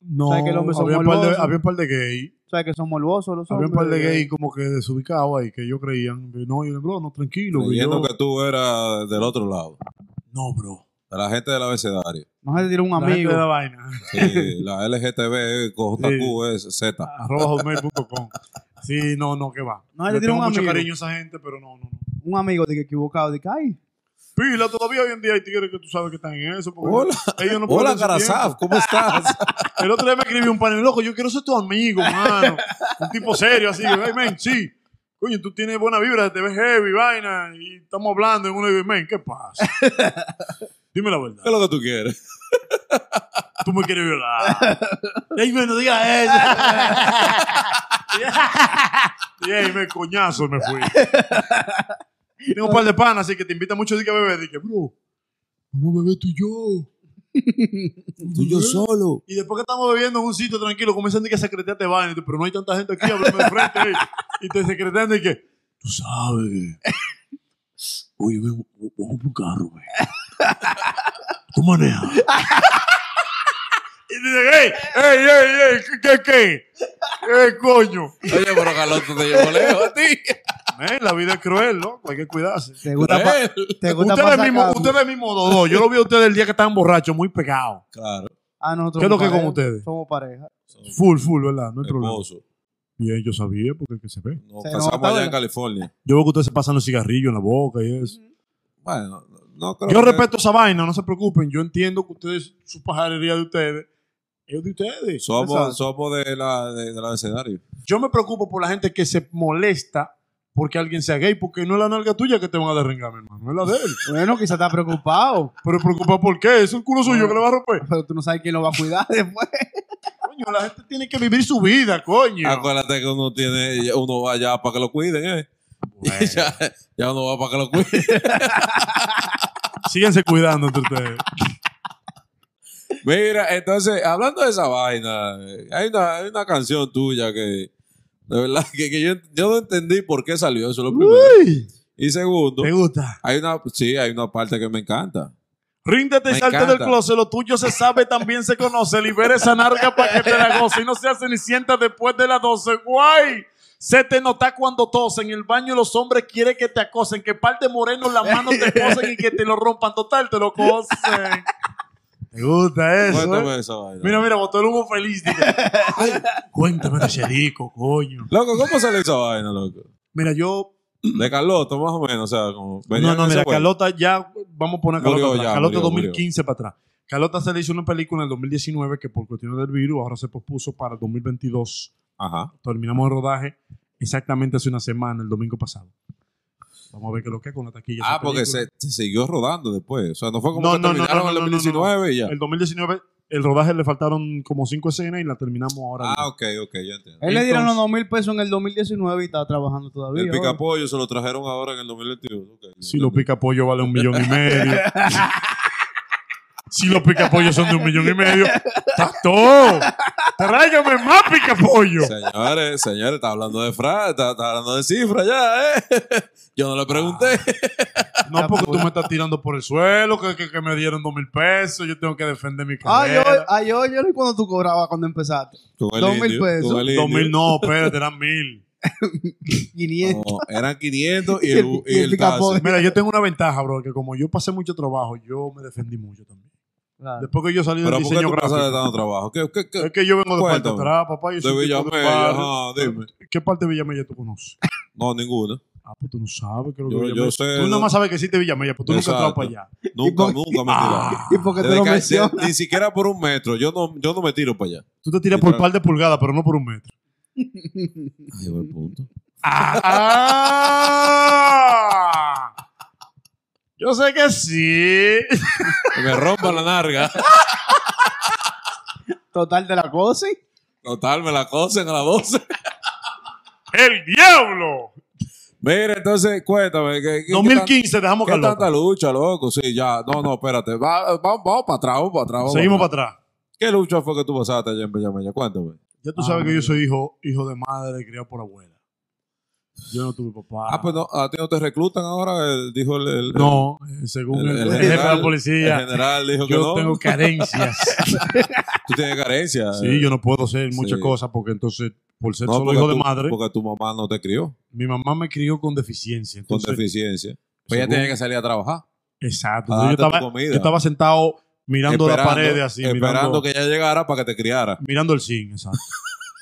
Speaker 3: No,
Speaker 1: ¿Sabes que los hombres son
Speaker 3: había, un par de,
Speaker 1: morbosos?
Speaker 3: había un par de gay,
Speaker 1: O sea, que son morbosos los
Speaker 3: había
Speaker 1: hombres.
Speaker 3: un par de gay como que desubicados ahí, que ellos creían, no, yo bro, no, tranquilo. que
Speaker 2: Creyendo
Speaker 3: yo-
Speaker 2: que tú eras del otro lado,
Speaker 3: No, bro.
Speaker 2: de la gente del abecedario.
Speaker 1: No se te tiró un
Speaker 3: La gente
Speaker 1: amigo.
Speaker 3: de la vaina. *laughs*
Speaker 2: Sí, la LGTB, JQ, es Z.
Speaker 3: arroba hotmail.com. Sí, no, no, que va.
Speaker 1: No,
Speaker 3: Le
Speaker 1: le tiene
Speaker 3: tengo
Speaker 1: un
Speaker 3: mucho
Speaker 1: amigo.
Speaker 3: cariño a esa gente, pero no, no, no.
Speaker 1: Un amigo de que equivocado, de que, ay,
Speaker 3: Pila, todavía hoy en día hay tigres que tú sabes que están en eso. Porque
Speaker 2: Hola.
Speaker 3: ellos no
Speaker 2: Hola,
Speaker 3: pierden su
Speaker 2: Garazaf,
Speaker 3: tiempo.
Speaker 2: ¿cómo
Speaker 3: *laughs*
Speaker 2: estás?
Speaker 3: El otro día me escribió un panel loco, yo quiero ser tu amigo, mano. Un tipo serio, así. Hey, men, sí. Coño, tú tienes buena vibra, te ves heavy, vaina. Y estamos hablando en uno y digo, men,
Speaker 2: *laughs*
Speaker 3: ¿qué pasa? Dime la verdad.
Speaker 2: ¿Qué es lo que tú quieres?
Speaker 3: Tú me quieres violar. Ey, men, no digas eso. y ey, me coñazo me fui. Tengo un par de panas, así que te invita mucho a que a beber. Dije, bro, vamos a beber tú y yo.
Speaker 2: Tú y yo solo.
Speaker 3: Y después que estamos bebiendo en un sitio tranquilo, comienzan de que secretearte vaina. Y tú, Pero no hay tanta gente aquí, háblame de frente. ey. Y te secretean de que, tú sabes. Oye, ven, v- vamos por un carro, güey. Tú manejas. Y dice, ey, ey, ey, ey, ¿qué, qué, qué? ¿Qué coño?
Speaker 2: Oye, pero Carlota te llevó lejos a ti.
Speaker 3: Men, la vida es cruel, loco, hay que cuidarse.
Speaker 1: te gusta, pa- te gusta
Speaker 3: Ustedes
Speaker 1: pasar
Speaker 3: mismos,
Speaker 1: cambio.
Speaker 3: ustedes mismos dos, dos. Yo lo vi a ustedes el día que estaban borrachos, muy pegados.
Speaker 2: Claro,
Speaker 1: Ah, nosotros
Speaker 3: ¿Qué es lo
Speaker 1: somos
Speaker 3: que con
Speaker 1: pareja,
Speaker 3: ustedes?
Speaker 1: Somos pareja.
Speaker 3: Full, full, ¿verdad? No hay problema.
Speaker 2: esposo.
Speaker 3: Bien, yo sabía porque es que se ve.
Speaker 2: Nos
Speaker 1: Se
Speaker 2: casamos
Speaker 1: nota,
Speaker 2: allá en
Speaker 1: ¿verdad?
Speaker 2: California.
Speaker 3: Yo veo que ustedes se pasan los cigarrillos en la boca y eso.
Speaker 2: Bueno, no creo
Speaker 3: Yo
Speaker 2: que-
Speaker 3: respeto esa vaina, no se preocupen. Yo entiendo que ustedes, su pajarería de ustedes, es de ustedes.
Speaker 2: Somos,
Speaker 1: Exacto.
Speaker 2: somos de la, de, del abecedario.
Speaker 3: Yo me preocupo por la gente que se molesta porque alguien sea gay, porque no es la nalga tuya que te van a derrengar, mi hermano, es la de él.
Speaker 1: Bueno, quizás está preocupado,
Speaker 3: Pero preocupa por qué, es el culo suyo que le va a romper.
Speaker 1: pero tú no sabes quién lo va a cuidar *laughs* después.
Speaker 3: Coño, la gente tiene que vivir su vida, coño.
Speaker 2: Acuérdate que uno tiene, uno va allá para que lo cuiden, ¿eh?
Speaker 3: Bueno.
Speaker 2: *laughs* Ya, ya uno va para que lo cuiden.
Speaker 3: Síguense cuidando entre ustedes.
Speaker 2: Mira, entonces, hablando de esa vaina, eh, hay una, hay una canción tuya que, de verdad, *laughs* que, que yo, yo no entendí por qué salió, eso es lo primero. Y segundo,
Speaker 3: ¿Te gusta?
Speaker 2: hay una, sí, hay una parte que me encanta.
Speaker 3: Ríndete y
Speaker 2: Me
Speaker 3: salte
Speaker 2: encanta.
Speaker 3: del closet. Lo tuyo se sabe, también se conoce. Libera esa narga para que te la goce. Y no seas cenicienta después de las 12. Guay. Se te nota cuando tosen. En el baño los hombres quieren que te acosen. Que par de morenos las manos te cosen y que te lo rompan. Total, te lo cosen. ¿Te gusta ¿eh?
Speaker 2: Cuéntame esa vaina.
Speaker 3: Mira, mira, botó el humo feliz. dije.
Speaker 2: *laughs*
Speaker 3: Ay, cuéntame de ese disco, coño.
Speaker 2: Loco, ¿cómo salió esa vaina, loco?
Speaker 3: Mira, yo
Speaker 2: De Carlota, más o menos, o sea, como...
Speaker 3: No,
Speaker 2: venían
Speaker 3: no,
Speaker 2: ese
Speaker 3: mira,
Speaker 2: güey.
Speaker 3: Carlota ya, vamos a poner a Carlota
Speaker 2: Murió
Speaker 3: atrás.
Speaker 2: ya,
Speaker 3: Carlota
Speaker 2: murió,
Speaker 3: 2015 para atrás. Carlota se le hizo una película en el 2019 que por cuestiones del virus ahora se pospuso para el 2022.
Speaker 2: Ajá.
Speaker 3: Terminamos el rodaje exactamente hace una semana, el domingo pasado. Vamos a ver qué es lo que es con la taquilla.
Speaker 2: Ah,
Speaker 3: esa
Speaker 2: porque
Speaker 3: película.
Speaker 2: se, se siguió rodando después. O sea, no fue como
Speaker 3: No,
Speaker 2: que
Speaker 3: no, no,
Speaker 2: terminaron
Speaker 3: no, no,
Speaker 2: en
Speaker 3: no, no,
Speaker 2: 2019 y ya.
Speaker 3: El 2019, el rodaje le faltaron como cinco escenas y la terminamos ahora.
Speaker 2: Ah, ok, ok, ya entiendo.
Speaker 1: Él le dieron los
Speaker 3: Entonces-
Speaker 1: 2 mil pesos en el 2019 y está trabajando todavía.
Speaker 2: El
Speaker 1: ahora.
Speaker 2: picapollo se lo trajeron ahora en el 2021. ok, ya
Speaker 3: Si los
Speaker 2: entendí.
Speaker 3: picapollos vale un millón y medio. si los picapollos son de un millón y medio. ¡Tato! ¡Tráigame más picapollo!
Speaker 2: Señores, señores, está hablando de fra, está, está hablando de cifras ya, ¿eh? *laughs* Yo no le pregunté.
Speaker 3: No, porque tú me estás tirando por el suelo, que, que- que me dieron dos mil pesos, yo tengo que defender mi
Speaker 1: Ay, yo,
Speaker 3: carrera.
Speaker 1: ay, yo, yo no sé cuando tú cobrabas cuando empezaste.
Speaker 2: Con el
Speaker 1: Dos
Speaker 2: indio,
Speaker 1: mil pesos.
Speaker 2: con el
Speaker 3: Dos
Speaker 2: indio.
Speaker 3: mil no, espérate, eran mil.
Speaker 1: 500.
Speaker 2: No, eran 500 y el,
Speaker 1: Y el-
Speaker 2: y
Speaker 1: y el
Speaker 2: el taxi.
Speaker 1: picapollo.
Speaker 3: Mira, yo tengo una ventaja, bro, que como yo pasé mucho trabajo, yo me defendí mucho también.
Speaker 1: Claro.
Speaker 3: Después que yo salí del
Speaker 2: Pero ¿por qué tú
Speaker 3: diseño
Speaker 2: pasaste
Speaker 3: gráfico.
Speaker 2: tanto trabajo? ¿Qué, qué, qué?
Speaker 3: Es que yo vengo de
Speaker 2: Cuéntame.
Speaker 3: Puerto atrás, papá. Yo
Speaker 2: De
Speaker 3: soy tipo
Speaker 2: Villamella,
Speaker 3: barrio.
Speaker 2: ajá, dime.
Speaker 3: ¿Qué parte de Villamella tú conoces?
Speaker 2: No, ninguno.
Speaker 3: Ah, pues tú no sabes que lo que
Speaker 2: Yo- yo
Speaker 3: Villamella.
Speaker 2: sé,
Speaker 3: tú
Speaker 2: no.
Speaker 3: nada más sabes que existe Villamella, pues tú nunca
Speaker 2: Exacto.
Speaker 3: has para allá.
Speaker 2: Nunca,
Speaker 1: por-
Speaker 2: nunca me he tirado.
Speaker 3: Ah.
Speaker 1: ¿Y por qué te
Speaker 2: Desde
Speaker 1: lo
Speaker 2: que-
Speaker 1: mencionas? *laughs*
Speaker 2: ni siquiera por un metro. Yo no, yo no me tiro para allá.
Speaker 3: Tú te tiras
Speaker 2: Y
Speaker 3: por
Speaker 2: tra-
Speaker 3: par de pulgadas, pero no por un metro.
Speaker 2: Ay, buen punto.
Speaker 3: ¡Ah! Yo sé que sí.
Speaker 2: Que me rompa la narga.
Speaker 1: Total de la cosa.
Speaker 2: Total, me la cosen a las 12.
Speaker 3: ¡El diablo!
Speaker 2: Mira, entonces, cuéntame. ¿qué, qué, qué tan-
Speaker 3: 2015, dejamos
Speaker 2: ¿Qué
Speaker 3: Carlota.
Speaker 2: tanta lucha, loco? Sí, ya. No, no, espérate. Va- va- vamos para atrás, vamos para atrás. vamos
Speaker 3: Seguimos
Speaker 2: para
Speaker 3: para
Speaker 2: atrás.
Speaker 3: atrás.
Speaker 2: ¿Qué lucha fue que tú pasaste allá en Bellamella? Cuéntame.
Speaker 3: Ya tú
Speaker 1: Ah,
Speaker 3: sabes que yo
Speaker 1: mira.
Speaker 3: soy hijo, hijo de madre criado por abuela. Yo no tuve papá.
Speaker 2: Ah, pues no, a ti no te reclutan ahora, El- dijo el, el-
Speaker 3: no, eh, según
Speaker 2: el-
Speaker 3: el,
Speaker 2: el
Speaker 3: el jefe de
Speaker 2: general-
Speaker 3: la
Speaker 2: el
Speaker 3: policía,
Speaker 2: general, dijo que
Speaker 3: yo
Speaker 2: no.
Speaker 3: tengo carencias.
Speaker 2: *laughs* Tú tienes carencia.
Speaker 3: sí, yo no puedo hacer muchas
Speaker 2: Sí.
Speaker 3: cosas porque entonces, por ser
Speaker 2: No,
Speaker 3: solo
Speaker 2: porque
Speaker 3: hijo de
Speaker 2: tú-
Speaker 3: madre,
Speaker 2: Porque tu mamá no te crió
Speaker 3: mi mamá me crió con deficiencia.
Speaker 2: con
Speaker 3: Entonces,
Speaker 2: deficiencia. Pues ella
Speaker 3: según-
Speaker 2: tenía que Ah, salir a trabajar.
Speaker 3: Exacto.
Speaker 2: a
Speaker 3: Entonces,
Speaker 2: darte
Speaker 3: yo,
Speaker 2: tu
Speaker 3: estaba,
Speaker 2: comida.
Speaker 3: yo estaba sentado mirando
Speaker 2: Esperando-
Speaker 3: la pared así,
Speaker 2: Esperando
Speaker 3: mirando,
Speaker 2: que ella llegara para que te criara.
Speaker 3: mirando el zinc, exacto.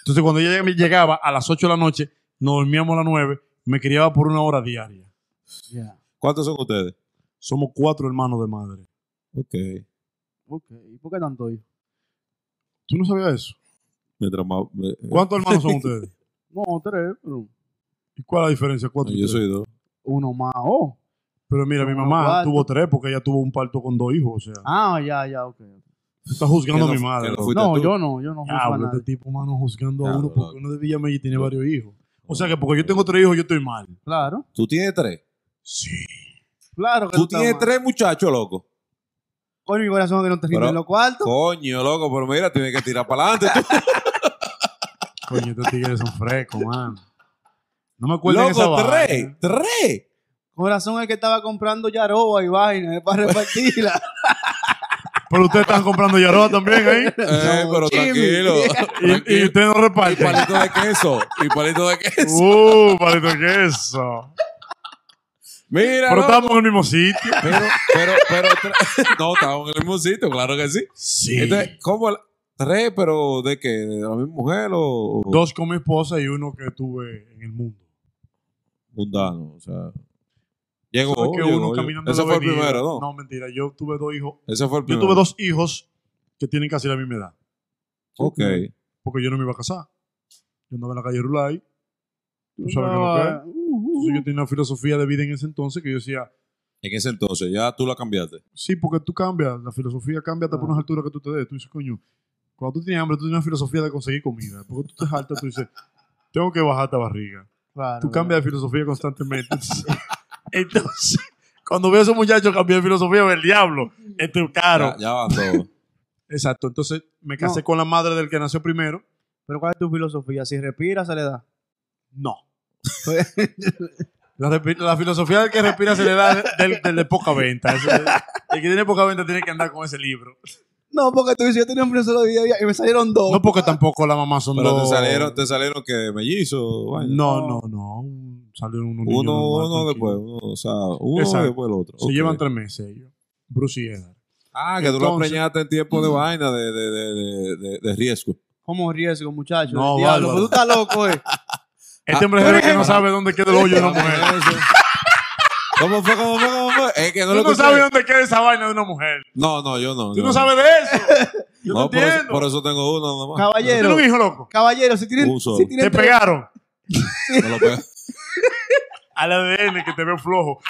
Speaker 3: Entonces, cuando ella lleg- llegaba a las 8 de la noche, nos dormíamos a las 9, me criaba por una hora diaria.
Speaker 1: Ya.
Speaker 2: ¿Cuántos son ustedes?
Speaker 3: Somos cuatro hermanos de madre.
Speaker 2: Ok.
Speaker 1: Ok. ¿Y por qué tanto hijo?
Speaker 3: ¿Tú no sabías eso?
Speaker 2: Mientras más- eh, me-
Speaker 3: ¿Cuántos hermanos son ustedes?
Speaker 1: No, tres, pero
Speaker 3: ¿Y cuál es la diferencia? Cuatro y
Speaker 2: yo
Speaker 3: tres.
Speaker 2: soy dos.
Speaker 1: uno más. Oh.
Speaker 3: Pero mira, mi
Speaker 1: Uno,
Speaker 3: mamá
Speaker 1: cuatro.
Speaker 3: tuvo tres porque ella tuvo un parto con dos hijos. O sea,
Speaker 1: Ah, ya, ya, ok.
Speaker 3: tú estás juzgando
Speaker 2: Que
Speaker 3: a
Speaker 2: no-
Speaker 3: mi madre.
Speaker 2: que no
Speaker 3: bro.
Speaker 2: fuiste
Speaker 1: No,
Speaker 2: tú.
Speaker 1: yo no, yo no juzgo a
Speaker 3: Diablo,
Speaker 1: nadie.
Speaker 3: este tipo, mano, juzgando a
Speaker 2: Diablo,
Speaker 3: uno porque
Speaker 2: loco. Eh.
Speaker 3: uno de Villamella tiene varios hijos. O sea que porque yo tengo tres hijos, yo estoy mal.
Speaker 1: Claro,
Speaker 2: Tú tienes tres.
Speaker 3: Sí.
Speaker 1: claro que
Speaker 2: Tú
Speaker 1: no está
Speaker 2: tienes
Speaker 1: mal.
Speaker 2: tres muchachos, loco.
Speaker 1: Con mi corazón que no te rinde
Speaker 2: Pero-
Speaker 1: en los cuartos.
Speaker 2: Coño, loco, pero mira, tienes que tirar para adelante.
Speaker 3: *laughs* Coño, estos tigres son frescos, mano. No me acuerdo de esa
Speaker 2: Loco,
Speaker 3: vaina.
Speaker 2: tres, tres.
Speaker 1: Corazón el que estaba comprando yaroba y vaina eh, *laughs* para repartirla.
Speaker 3: Pero ustedes están comprando Yaroa también ahí.
Speaker 2: Eh,
Speaker 1: No,
Speaker 2: pero
Speaker 1: Jimmy.
Speaker 2: tranquilo.
Speaker 3: Y, y
Speaker 2: tranquilo.
Speaker 3: ustedes no
Speaker 2: Y
Speaker 3: reparten.
Speaker 2: palito de queso. Y palito de queso.
Speaker 3: Uh, palito queso.
Speaker 2: Mira.
Speaker 3: Pero
Speaker 2: loco.
Speaker 3: estamos en el mismo sitio.
Speaker 2: Pero, pero, pero, tre- *laughs* no, estábamos en el mismo sitio, claro que sí.
Speaker 3: Sí.
Speaker 2: Entonces, ¿cómo? la- ¿Tres, pero de qué? ¿De la misma mujer o...? o-
Speaker 3: Dos con mi esposa y uno que tuve en el mundo.
Speaker 2: Mundano, o sea... Llegó,
Speaker 3: ¿Sabes que
Speaker 2: llegó,
Speaker 3: uno
Speaker 2: llegó.
Speaker 3: caminando
Speaker 2: Ese
Speaker 3: en
Speaker 2: fue
Speaker 3: la
Speaker 2: el
Speaker 3: avenida?
Speaker 2: primero, ¿no?
Speaker 3: No, mentira. Yo tuve dos hijos.
Speaker 2: Ese fue el
Speaker 3: Yo
Speaker 2: primero.
Speaker 3: tuve dos hijos que tienen casi la misma edad.
Speaker 2: Ok.
Speaker 3: Porque yo no me iba a casar. Yo andaba en la calle Rulay. Tú sabes que no
Speaker 1: Ah,
Speaker 3: queda.
Speaker 1: uh,
Speaker 3: Entonces
Speaker 1: uh,
Speaker 3: yo tenía una filosofía de vida en ese entonces que yo decía,
Speaker 2: En ese entonces, ya tú la cambiaste.
Speaker 3: sí, porque tú cambias, la filosofía cambia hasta por
Speaker 1: Ah.
Speaker 3: unas alturas que tú te des. Tú dices, coño, cuando tú tienes hambre, tú tienes una filosofía de conseguir comida. Porque tú te jaltas, tú dices, tengo que bajar esta barriga.
Speaker 1: claro,
Speaker 3: Tú cambias de filosofía constantemente.
Speaker 1: *laughs*
Speaker 3: Entonces, cuando veo a esos muchachos cambiar de filosofía, veo el diablo. Este es caro.
Speaker 2: Ya, ya van todos.
Speaker 3: Exacto. Entonces, me casé
Speaker 1: No.
Speaker 3: con la madre del que nació primero.
Speaker 1: Pero ¿cuál es tu filosofía? Si respira, se le da. *laughs*
Speaker 3: No. La, repi- la filosofía del que respira se le da del, del de poca venta. Eso es- el que tiene poca venta tiene que andar con ese libro.
Speaker 1: No, porque tú dices, yo tenía un filosofía y me salieron dos.
Speaker 3: No porque tampoco la mamá son
Speaker 2: Pero
Speaker 3: dos.
Speaker 2: te salieron, te salieron que mellizo, vaina.
Speaker 3: No, no, no. Un- Salieron unos niños
Speaker 2: Uno,
Speaker 3: normal,
Speaker 2: uno
Speaker 3: tranquilos.
Speaker 2: después, uno, o sea, uno
Speaker 3: Exacto.
Speaker 2: después el otro.
Speaker 3: Se
Speaker 2: Ok.
Speaker 3: llevan tres meses ellos. Bruce y Edgar.
Speaker 2: Ah, que tú lo
Speaker 3: Entonces-
Speaker 2: preñaste en tiempo de vaina, de, de, de, de, de- de riesgo.
Speaker 1: ¿Cómo riesgo, muchacho?
Speaker 3: No,
Speaker 1: No, diablo,
Speaker 3: bárbaro.
Speaker 1: pero tú estás loco, eh.
Speaker 2: Ah,
Speaker 3: Este hombre
Speaker 2: pero-
Speaker 3: es que no sabe dónde queda el
Speaker 2: *laughs*
Speaker 3: hoyo de una mujer.
Speaker 2: ¿Cómo fue? ¿Cómo fue? ¿Cómo fue? Es que no
Speaker 3: Tú
Speaker 2: lo
Speaker 3: no
Speaker 2: escuché.
Speaker 3: sabes dónde queda esa vaina de una mujer.
Speaker 2: No, no, yo no.
Speaker 3: Tú
Speaker 2: yo
Speaker 3: no sabes de
Speaker 2: *laughs*
Speaker 3: eso. Yo
Speaker 2: No, por
Speaker 3: te
Speaker 2: eso,
Speaker 3: entiendo.
Speaker 2: por eso tengo uno nomás.
Speaker 1: *laughs*
Speaker 3: ¿Tú
Speaker 1: Caballero,
Speaker 3: tienes un hijo loco?
Speaker 1: caballero, si tienen,
Speaker 2: Un solo.
Speaker 1: si
Speaker 3: Te *laughs*
Speaker 1: tienen tres-
Speaker 3: pegaron.
Speaker 2: Me lo pega-
Speaker 3: al ADN que te veo flojo.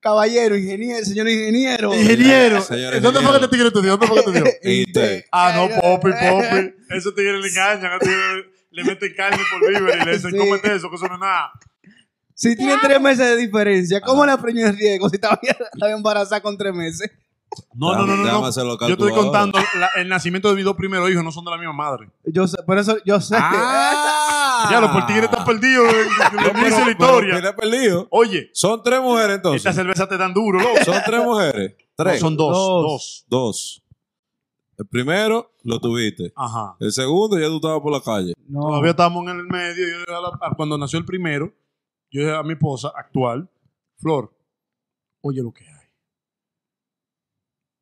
Speaker 1: Caballero, ingeniero, señor ingeniero.
Speaker 3: Ingeniero.
Speaker 2: Señores,
Speaker 3: ¿Dónde fue
Speaker 2: ingeniero.
Speaker 3: que te tigre estudió? ¿Dónde fue que te
Speaker 2: *laughs*
Speaker 3: dio?
Speaker 2: Inte.
Speaker 3: Ah,
Speaker 1: *laughs*
Speaker 3: no, Popi, Popi.
Speaker 2: *laughs*
Speaker 3: Esos tigres le engañan, a tigres le meten carne por libre y le dicen,
Speaker 1: Sí.
Speaker 3: cómete eso, que eso no es nada.
Speaker 1: Si tiene tres meses de diferencia, ¿cómo la preñó en riesgo si estaba, *laughs* estaba embarazada con tres meses?
Speaker 3: No, no, no, no.
Speaker 2: Dame
Speaker 3: no.
Speaker 2: hacer los
Speaker 3: Yo estoy
Speaker 2: calculadores.
Speaker 3: contando la- el nacimiento de mis dos primeros hijos, no son de la misma madre.
Speaker 1: Yo sé, por eso yo sé
Speaker 2: Ah.
Speaker 3: Ya, los por tigres están perdidos.
Speaker 2: *laughs*
Speaker 3: eh,
Speaker 2: No,
Speaker 3: Le
Speaker 2: pero-
Speaker 3: dice la
Speaker 2: pero
Speaker 3: historia.
Speaker 2: mira, perdido.
Speaker 3: Oye,
Speaker 2: Son tres mujeres
Speaker 3: esta
Speaker 2: entonces.
Speaker 3: cerveza te dan duro, loco.
Speaker 2: Son tres mujeres.
Speaker 3: No,
Speaker 2: Tres.
Speaker 3: son dos,
Speaker 1: Dos.
Speaker 3: dos.
Speaker 2: Dos. El primero lo tuviste.
Speaker 3: Ajá.
Speaker 2: El segundo ya tú estabas por la calle.
Speaker 1: que. No,
Speaker 3: Todavía estábamos en el medio. yo dije a la- cuando nació el primero, yo dije a mi esposa actual, Flor, oye lo que hay.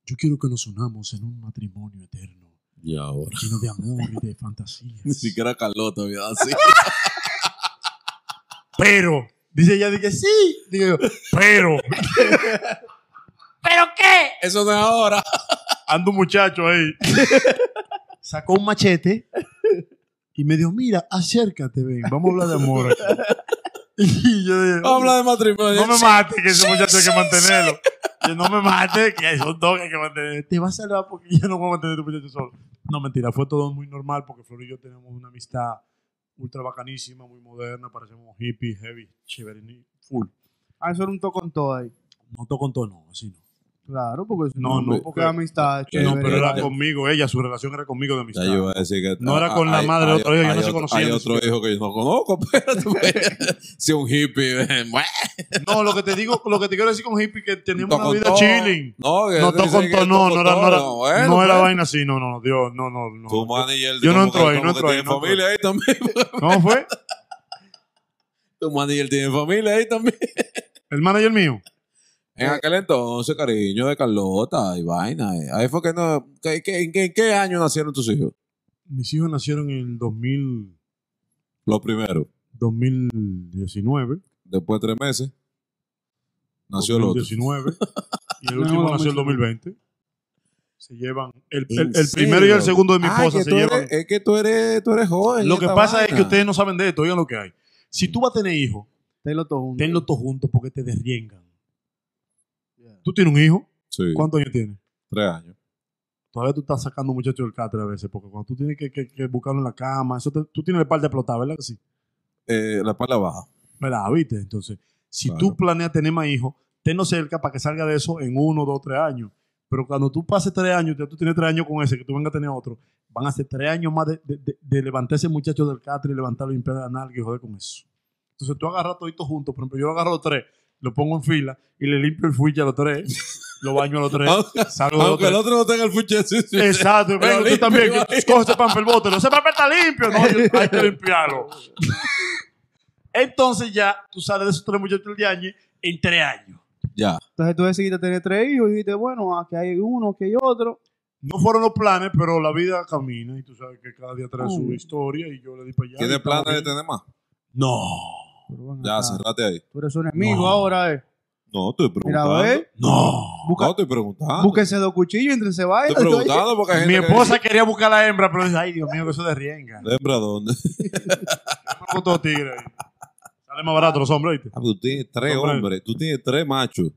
Speaker 3: Yo quiero que nos unamos en un matrimonio eterno,
Speaker 2: Y ahora.
Speaker 3: lleno de amor y de fantasías.
Speaker 2: *laughs* Ni siquiera Carlos todavía así. *laughs*
Speaker 3: Pero, dice ella, dije, sí. Digo yo, pero,
Speaker 2: Eso no es
Speaker 3: *laughs*
Speaker 2: ahora.
Speaker 3: anda un muchacho ahí. *laughs* Sacó un machete y me dijo, mira, acércate, ven, vamos a hablar de amor. aquí". *laughs* Y yo dije,
Speaker 2: Vamos a hablar de matrimonio.
Speaker 3: No me mates, que ese muchacho hay que mantenerlo. Que no me mates, que son dos que hay que mantener. Te vas a salvar porque yo no puedo mantener a tu muchacho solo. No, mentira, fue todo muy normal porque Flor y yo tenemos una amistad ultra bacanísima, muy moderna, parecemos hippies, heavy, chévere, ni- full.
Speaker 1: Ah, eso era un toco con todo ahí.
Speaker 3: No todo con todo, no, así no.
Speaker 1: Claro, porque
Speaker 3: No,
Speaker 1: no,
Speaker 3: no,
Speaker 1: no, porque la amistad.
Speaker 2: Eh,
Speaker 3: no,
Speaker 1: chévere.
Speaker 3: pero era
Speaker 2: ya-
Speaker 3: conmigo, ella, su relación era conmigo de
Speaker 2: Ya
Speaker 3: amistad.
Speaker 2: yo iba a decir que
Speaker 3: No era con la madre del otro hijo, ellos no se
Speaker 2: otro-
Speaker 3: conocían.
Speaker 2: Hay otro hijo que yo no conozco, *laughs* pero si un hippie. *laughs* bueno,
Speaker 3: No, lo que te digo, lo que te quiero decir con hippie que teníamos
Speaker 2: tocó
Speaker 3: una vida
Speaker 2: todo.
Speaker 3: chilling.
Speaker 2: No, que
Speaker 3: No
Speaker 2: dicen
Speaker 3: todo con
Speaker 2: que
Speaker 3: todo, no, no era, no era,
Speaker 2: todo, bueno,
Speaker 3: no era
Speaker 2: pues.
Speaker 3: vaina así, no, no, Dios, no, no, no.
Speaker 2: Tu manager.
Speaker 3: Yo no
Speaker 2: como
Speaker 3: entro
Speaker 2: que-
Speaker 3: ahí,
Speaker 2: como que
Speaker 3: no entro ahí,
Speaker 2: Tiene
Speaker 3: no entro
Speaker 2: familia ahí también. pues. *laughs*
Speaker 3: ¿Cómo fue?
Speaker 2: Tu manager tiene familia ahí también.
Speaker 3: El manager mío.
Speaker 2: En aquel entonces, cariño de Carlota y vaina. eh. Ahí fue que no. ¿qué- qué- ¿En qué, en qué año nacieron tus hijos?
Speaker 3: Mis hijos nacieron en el 2000,
Speaker 2: Los primeros.
Speaker 3: 2019.
Speaker 2: Después de tres meses, nació el otro. *laughs*
Speaker 3: 2019. Y el
Speaker 1: No,
Speaker 3: último
Speaker 1: no,
Speaker 3: nació el
Speaker 1: mucho.
Speaker 3: 2020. Se llevan. El,
Speaker 2: ¿En
Speaker 3: el- el
Speaker 2: serio?
Speaker 3: primero y el segundo de mi
Speaker 2: Ah,
Speaker 3: esposa
Speaker 2: que
Speaker 3: se
Speaker 2: tú
Speaker 3: llevan.
Speaker 2: eres- es que tú eres, tú eres joven.
Speaker 3: Lo
Speaker 2: y
Speaker 3: que
Speaker 2: esta
Speaker 3: pasa es
Speaker 2: vaina.
Speaker 3: que ustedes no saben de esto. Oigan lo que hay. Si tú vas a tener hijos,
Speaker 1: Tenlo todo junto.
Speaker 3: tenlos todos juntos porque te desriengan.
Speaker 1: Yeah.
Speaker 3: Tú tienes un hijo.
Speaker 2: Sí,
Speaker 3: ¿Cuántos años tienes?
Speaker 2: tres años.
Speaker 3: Todavía tú estás sacando muchachos del cáter a veces. Porque cuando tú tienes que, que- que buscarlo en la cama, eso te- tú tienes el par de explotar, ¿verdad? que Sí.
Speaker 2: Eh, la pala baja.
Speaker 3: ¿Verdad? ¿Viste? Entonces, si
Speaker 2: Claro.
Speaker 3: tú planeas tener más hijos, tenlo cerca para que salga de eso en uno, dos, tres años. Pero cuando tú pases tres años, ya tú tienes tres años con ese, que tú vengas a tener otro, van a ser tres años más de, de, de- de levantar ese muchacho del catre y levantarlo y limpiar la nalga y joder con eso. Entonces tú agarras toditos juntos, por ejemplo, yo agarro los tres, lo pongo en fila y le limpio el fuiche a los tres, lo baño a los tres,
Speaker 2: *laughs*
Speaker 3: salgo de los
Speaker 2: Ah, Aunque el
Speaker 3: tres.
Speaker 2: otro no tenga el fuche. sí, sí.
Speaker 3: Exacto,
Speaker 2: Pero
Speaker 3: vengo tú
Speaker 2: limpio,
Speaker 3: también, que
Speaker 2: ahí.
Speaker 3: tú coges ese papel el bote, no, ese papel está limpio, no, yo- hay que limpiarlo. Entonces ya tú sales de esos tres muchachos de año en tres años.
Speaker 2: Ya.
Speaker 1: Entonces tú decidiste tener tres hijos y dijiste, bueno, aquí hay uno, aquí hay otro.
Speaker 3: No fueron los planes, pero la vida camina y tú sabes que cada día trae su
Speaker 1: Uh.
Speaker 3: historia y yo le di para allá. y
Speaker 2: ¿Tienes
Speaker 3: estamos
Speaker 2: planes de
Speaker 3: bien.
Speaker 2: tener más?
Speaker 3: No,
Speaker 1: Pero ven
Speaker 2: Ya,
Speaker 1: acá,
Speaker 2: cerrate ahí.
Speaker 1: Tú eres un enemigo
Speaker 3: No.
Speaker 1: ahora, eh.
Speaker 2: No, estoy
Speaker 1: Mira,
Speaker 2: preguntando.
Speaker 1: ve,
Speaker 3: no.
Speaker 1: busca-
Speaker 2: no, estoy preguntando.
Speaker 1: búsquense dos cuchillos, entrense vaina.
Speaker 2: Estoy preguntando porque hay gente
Speaker 3: Mi
Speaker 2: que
Speaker 3: esposa quería buscar a la hembra, pero dice, ay Dios mío, que eso de
Speaker 2: *laughs*
Speaker 3: rienga.
Speaker 2: dice, ¿Hembra dónde?
Speaker 3: Me pongo todo tigre. ahí. Sale más barato los hombres, ¿viste?
Speaker 2: Ah, pero tú tienes tres
Speaker 3: Hombre.
Speaker 2: hombres. Tú tienes tres machos.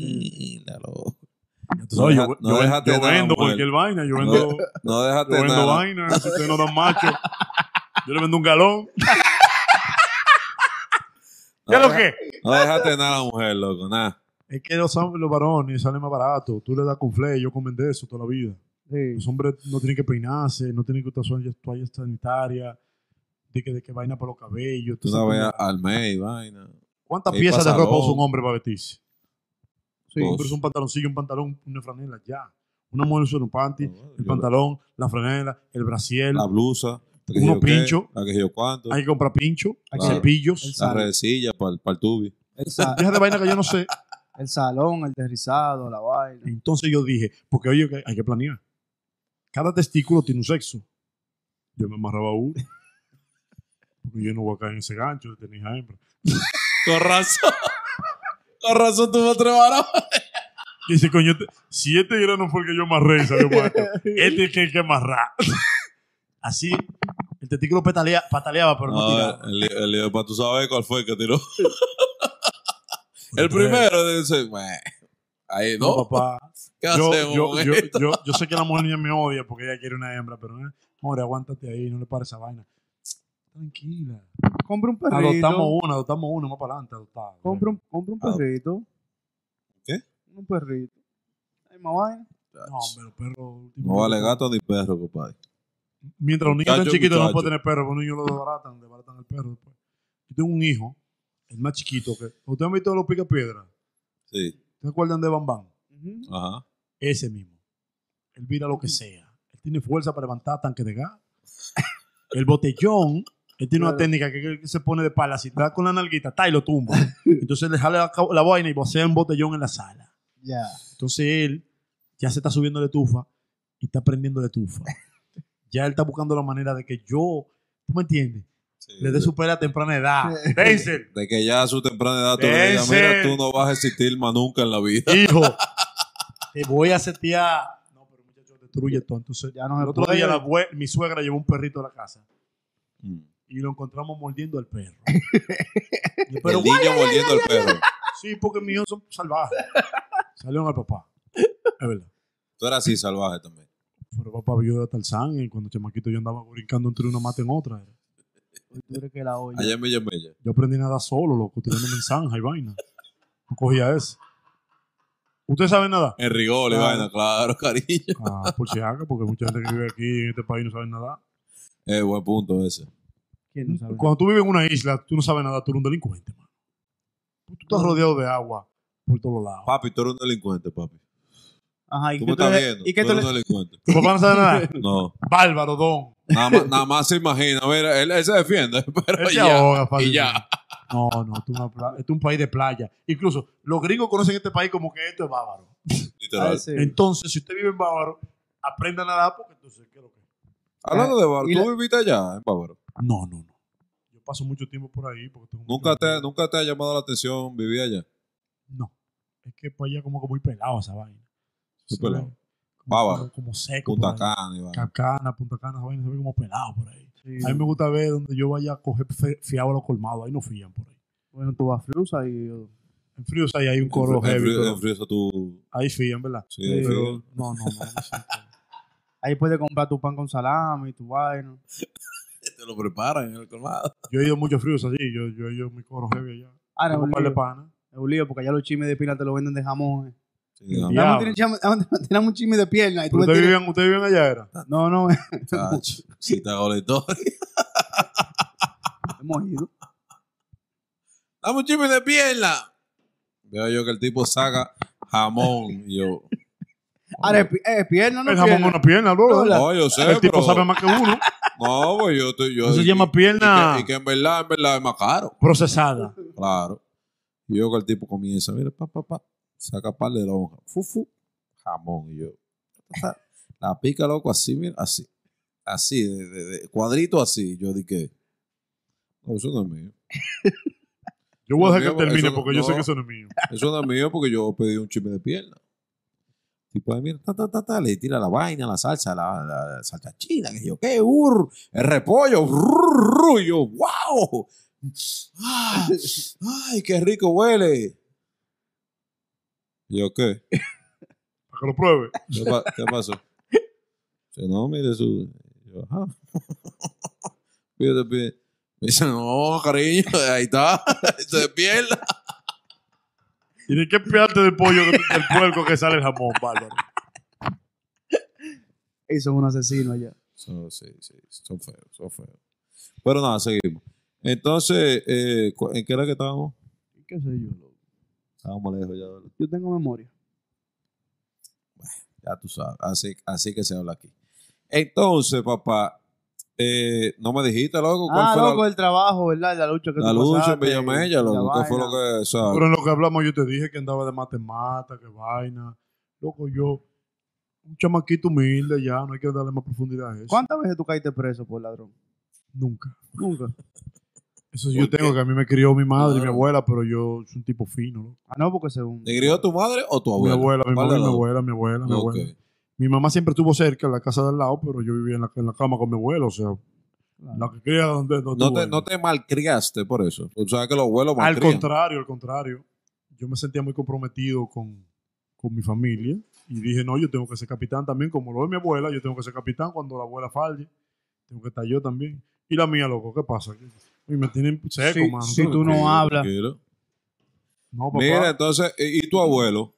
Speaker 2: Míralo.
Speaker 3: Tú sabes,
Speaker 2: deja-
Speaker 3: yo,
Speaker 2: no
Speaker 3: yo ven-
Speaker 2: dejaste
Speaker 3: yo
Speaker 2: nada,
Speaker 3: vendo
Speaker 2: mujer.
Speaker 3: cualquier vaina, yo
Speaker 2: No-
Speaker 3: vendo...
Speaker 2: No
Speaker 3: Yo
Speaker 2: déjate
Speaker 3: vendo
Speaker 2: nada.
Speaker 3: vaina, si ustedes no dan macho. Yo le vendo un galón.
Speaker 2: No,
Speaker 3: ¿Qué es lo
Speaker 2: deja-
Speaker 3: que?
Speaker 2: No déjate nada a la mujer, loco. Nada.
Speaker 3: Es que los hombres, los varones, salen más barato. Tú le das con fle, yo comenté eso toda la vida.
Speaker 1: *laughs* Sí.
Speaker 3: Los hombres no tienen que peinarse, no tienen que usar toallas, toallas sanitarias, de que, de que vaina para los cabellos.
Speaker 2: Tú
Speaker 3: todas
Speaker 2: no
Speaker 3: esas
Speaker 2: veas
Speaker 3: cosas.
Speaker 2: al May, vaina.
Speaker 3: ¿Cuántas
Speaker 2: ahí
Speaker 3: piezas de
Speaker 2: pasa Pues.
Speaker 3: ropa
Speaker 2: algo.
Speaker 3: usa un hombre para vestirse?
Speaker 1: Sí.
Speaker 3: Un hombre usa un pantaloncillo, un pantalón, una franela, ya. Una mujer usa un panty, el
Speaker 2: Yo-
Speaker 3: pantalón, la franela, el brasier.
Speaker 2: La blusa. la que
Speaker 3: Uno
Speaker 2: yo qué,
Speaker 3: pincho.
Speaker 2: La que yo cuánto.
Speaker 3: Hay que comprar pincho, hay
Speaker 2: Claro.
Speaker 3: cepillos.
Speaker 2: La redecilla para el tubi.
Speaker 1: El, sa-
Speaker 3: Deja de vaina que yo no sé.
Speaker 1: el salón, el derrizado, la *laughs* vaina.
Speaker 3: Entonces yo dije, porque oye, que hay que planear. Cada testículo tiene un sexo. Yo me
Speaker 2: *laughs*
Speaker 3: amarraba uno. Porque yo no voy a caer en ese gancho de tener a hembra.
Speaker 2: Con razón. *laughs* Con razón tuvo tres varones.
Speaker 3: Y dice, coño, te- si
Speaker 2: *laughs*
Speaker 3: este era no fue el que yo amarré, y salió mal, Este es el que hay que amarrar. *laughs* Así El testículo petalea- pataleaba, pero no,
Speaker 2: Ah,
Speaker 3: tiraba.
Speaker 2: el, el, el- pa' tú sabes cuál fue el que tiró. el primero dice, "Meh, ahí no,
Speaker 3: eh. No, papá.
Speaker 2: ¿qué
Speaker 3: Yo,
Speaker 2: hacemos
Speaker 3: yo-
Speaker 2: con
Speaker 3: yo-
Speaker 2: esto?"
Speaker 3: yo- yo sé que la mujer mía me odia porque ella quiere una hembra, pero no, more, aguántate ahí, no le pares esa vaina. Tranquila.
Speaker 1: Compra un
Speaker 3: Adoptamos
Speaker 1: perrito.
Speaker 3: una, adoptamos una, más para adelante, adoptamos.
Speaker 1: Compra un, compra un
Speaker 2: Adop-
Speaker 1: perrito.
Speaker 2: Ah, ¿Qué?
Speaker 1: Un perrito. Ay, mamá.
Speaker 3: No, hombre, los perros.
Speaker 2: No vale gato ni perro, compadre.
Speaker 3: Mientras los niños están
Speaker 2: Muchacho,
Speaker 3: chiquitos no
Speaker 2: muchacho.
Speaker 3: pueden tener perro, porque los niños lo desbaratan, desbaratan el perro después. Yo tengo un hijo, el más chiquito, que. ¿Ustedes han visto los pica piedra?
Speaker 2: Sí,
Speaker 3: ¿Se acuerdan de Bambán?
Speaker 1: Ujú.
Speaker 2: ajá.
Speaker 3: Ese mismo. Él vira lo que sea. Él tiene fuerza para levantar tanque de gas. *laughs* El botellón, él tiene una
Speaker 1: Claro.
Speaker 3: técnica que él se pone de pala. Si te da con la nalguita, está y lo tumba. Entonces le jala la, ca- la vaina y vocea un botellón en la sala.
Speaker 1: Ya.
Speaker 3: Entonces él ya se está subiendo la estufa y está prendiendo la estufa. Ya él está buscando la manera de que yo, ¿tú me entiendes?
Speaker 2: Sí,
Speaker 3: Le dé
Speaker 2: de-
Speaker 3: su pela a temprana edad. Denzel,
Speaker 2: de que ya a su temprana edad tú le digas,
Speaker 3: Ese-
Speaker 2: mira, tú no vas a existir más nunca en la vida.
Speaker 3: hijo, te voy a setear. No, pero muchacho, destruye todo. Entonces
Speaker 1: Ya no se
Speaker 3: El otro
Speaker 1: puede.
Speaker 3: día la abue- mi suegra llevó un perrito a la casa
Speaker 2: Mm.
Speaker 3: y lo encontramos mordiendo al perro.
Speaker 2: el
Speaker 3: Pero
Speaker 2: niño mordiendo al perro.
Speaker 3: sí, porque mis hijos son salvajes. Salieron al papá. Es verdad.
Speaker 2: Tú eras así salvaje también.
Speaker 3: Pero papá vio a Tarzán y cuando chamaquito yo andaba brincando entre una mata en otra.
Speaker 1: Hoy tú crees que la olla.
Speaker 2: Allá en Villamella.
Speaker 3: Yo aprendí nada solo, loco, tirando mensajes y vaina. No cogía eso. ¿Ustedes saben nada?
Speaker 2: En rigor, y
Speaker 3: Ah.
Speaker 2: vaina, claro, *laughs* cariño.
Speaker 3: Ah, por si haga, porque mucha gente que vive aquí en este país no sabe nada.
Speaker 2: Eh, buen punto ese.
Speaker 1: ¿Quién no sabe?
Speaker 3: Cuando tú vives en una isla, tú no sabes nada, tú eres un delincuente, mano. Tú estás rodeado de agua por todos lados.
Speaker 2: Papi, tú eres un delincuente, papi.
Speaker 1: Ajá, ¿y
Speaker 2: Tú
Speaker 1: qué
Speaker 2: me
Speaker 1: tú
Speaker 2: estás
Speaker 1: le-
Speaker 2: viendo.
Speaker 1: ¿Y qué
Speaker 2: tú
Speaker 1: tú
Speaker 2: eres
Speaker 1: le-
Speaker 2: un delincuente.
Speaker 3: ¿Tu papá no sabe nada?
Speaker 2: *laughs* No.
Speaker 3: Bárbaro, don.
Speaker 2: Nada más, nada más se imagina. Mira, él, él se defiende, *laughs* pero
Speaker 3: Él se
Speaker 2: ya.
Speaker 3: ahoga
Speaker 2: Y
Speaker 3: fácilmente.
Speaker 2: ya.
Speaker 3: No, no, esto es, una pla- esto es un país de playa. Incluso los gringos conocen este país como que esto es bávaro.
Speaker 1: Ah,
Speaker 2: Literal.
Speaker 1: sí.
Speaker 3: Entonces, si usted vive en bávaro, aprenda a nadar porque entonces, ¿qué es lo que?
Speaker 2: Hablando
Speaker 3: ah,
Speaker 2: de bar,
Speaker 1: y
Speaker 2: tú viviste allá en Bávaro.
Speaker 3: No, no, no. Yo paso mucho tiempo por ahí porque tengo
Speaker 2: ¿Nunca
Speaker 3: mucho-
Speaker 2: te, nunca te ha llamado la atención vivir allá.
Speaker 3: No. Es que para allá como que muy pelado esa vaina.
Speaker 2: Muy
Speaker 3: Se ve
Speaker 2: pelado.
Speaker 3: Como,
Speaker 2: Bávaro.
Speaker 3: como- como seco.
Speaker 2: Punta
Speaker 3: por ahí.
Speaker 2: Cana, y vaina.
Speaker 3: Cacana, Punta Cana, esa vaina se ve como pelado por ahí.
Speaker 1: Sí.
Speaker 3: A mí me gusta ver donde yo vaya a coger fe- fiado a los colmados. Ahí no fían por ahí.
Speaker 1: Bueno, tú vas flusa y yo.
Speaker 3: En frío ahí hay un
Speaker 2: En frío-
Speaker 3: coro
Speaker 2: en
Speaker 3: heavy.
Speaker 2: frío-
Speaker 3: pero
Speaker 2: En frío, eso tú.
Speaker 3: Ahí fían, ¿verdad?
Speaker 2: Sí,
Speaker 1: Sí.
Speaker 2: en frío.
Speaker 3: Pero no, no, no. no sé.
Speaker 1: Ahí puedes comprar tu pan con salami, tu vaina.
Speaker 2: Te lo preparan en el colmado.
Speaker 3: Yo he ido mucho fríos así, yo, yo he ido mi coro heavy allá.
Speaker 1: Ahora,
Speaker 3: Tengo
Speaker 1: Ah, es
Speaker 3: un
Speaker 1: un
Speaker 3: par de
Speaker 1: lío.
Speaker 3: panas.
Speaker 1: Es un lío porque allá los chimes de pila te lo venden de jamón. eh.
Speaker 2: Sí, digamos,
Speaker 3: Ya.
Speaker 1: Nada más tienen chame- nada más tienen un chisme de pierna. Y tú
Speaker 3: Pero
Speaker 1: le
Speaker 3: ustedes
Speaker 1: tiras-
Speaker 3: vivían, ustedes vivían allá, era.
Speaker 1: No, no, *laughs*
Speaker 2: chacho. Si te hago la historia. *laughs*
Speaker 1: hemos ido.
Speaker 2: Dame un chisme de pierna. Veo yo que el tipo saca jamón. Y yo.
Speaker 3: Ah,
Speaker 1: Ahora, es pi- eh, pierna, no
Speaker 3: El jamón
Speaker 1: pierna.
Speaker 3: con una pierna, bro.
Speaker 1: Hola.
Speaker 2: No, yo sé,
Speaker 3: el tipo
Speaker 2: pero-
Speaker 3: sabe más que uno.
Speaker 2: No, pues yo estoy. Yo,
Speaker 3: Eso se
Speaker 2: y-
Speaker 3: llama
Speaker 2: y
Speaker 3: pierna
Speaker 2: que- y que en verdad, en verdad es más caro.
Speaker 3: procesada.
Speaker 2: Claro. Y yo que el tipo comienza, mira, pa, pa, pa, saca par de la hoja, fu, fu, jamón. Y yo, ta, ta, la pica, loco, así, mira, así, así, de, de- de- cuadrito así. Yo dije, no, eso no es mío.
Speaker 3: Yo voy a dejar
Speaker 2: Eso-
Speaker 3: que él termine
Speaker 2: eso-
Speaker 3: porque yo
Speaker 2: no.
Speaker 3: sé que eso no es mío.
Speaker 2: Eso no es mío porque yo pedí un chisme de pierna. Tipo, ahí, mira, ta, ta, ta, ta, le tira la vaina, la salsa, la, la, la salsa china, que yo, qué, ur, el repollo, rrr, rrr, y yo, wow. Ah, ay, qué rico huele. Y Yo, ¿qué?
Speaker 3: Para que lo pruebe.
Speaker 2: ¿Qué, pa- qué pasó? Dice, no, mire su. Yo, ajá. Pídete, pídete. Me dice, no, cariño, ahí está, *laughs* te de pierna.
Speaker 3: ¿Y de qué pedazo de pollo, que- del puerco que sale el jamón, bárbaro?
Speaker 1: Eso es un asesino allá.
Speaker 2: Son, sí, sí, son feos, son feos. Pero nada, seguimos. Entonces, eh, cu- ¿en qué era que estábamos?
Speaker 1: ¿Qué sé yo, loco?
Speaker 2: Estábamos lejos ya, ¿verdad?
Speaker 1: Yo tengo memoria.
Speaker 2: Ya tú sabes, así, así que se habla aquí. Entonces, papá, eh, no me dijiste, loco, cuál
Speaker 1: Ah,
Speaker 2: fue
Speaker 1: loco,
Speaker 2: la,
Speaker 1: el trabajo, ¿verdad? La lucha que
Speaker 2: la
Speaker 1: tú
Speaker 2: lucha en
Speaker 1: pasaste,
Speaker 2: Villamella,
Speaker 1: la
Speaker 2: loco. ¿Qué fue
Speaker 1: vaina.
Speaker 2: lo que, o sea,
Speaker 3: Pero en lo que hablamos, yo te dije que andaba de mate en mata, que vaina. Loco, yo, un chamaquito humilde ya, no hay que darle más profundidad a eso.
Speaker 1: ¿Cuántas veces tú caíste preso por ladrón?
Speaker 3: Nunca.
Speaker 1: Nunca.
Speaker 3: Eso
Speaker 2: ¿Por
Speaker 3: sí
Speaker 2: Ah.
Speaker 3: yo tengo, que a mí me crió mi madre y mi
Speaker 2: Claro.
Speaker 3: abuela, pero yo soy un tipo fino. ¿no?
Speaker 1: Ah, no, porque según.
Speaker 2: ¿te crió tu madre o tu abuela?
Speaker 3: Mi abuela,
Speaker 2: ¿Cuál de
Speaker 3: mi mamá, mi
Speaker 2: las dos?
Speaker 3: abuela, mi abuela, mi
Speaker 2: Ok.
Speaker 3: abuela. Mi mamá siempre estuvo cerca, en la casa del lado, pero yo vivía en la, en la cama con mi abuelo, o sea, La que cría donde, donde
Speaker 2: No te,
Speaker 3: tú vayas.
Speaker 2: no te malcriaste por eso. Tú sabes que los abuelos
Speaker 3: Al
Speaker 2: malcrían.
Speaker 3: contrario, al contrario. Yo me sentía muy comprometido con, con mi familia y dije, no, yo tengo que ser capitán también, como lo es mi abuela, yo tengo que ser capitán cuando la abuela falle. Tengo que estar yo también. Y la mía, loco, ¿qué pasa? Y me tienen seco,
Speaker 1: Sí,
Speaker 3: mano.
Speaker 1: sí, tú no
Speaker 2: Tranquilo,
Speaker 1: hablas.
Speaker 2: tranquilo.
Speaker 3: No, papá.
Speaker 2: Mira, entonces, ¿y, y tu abuelo?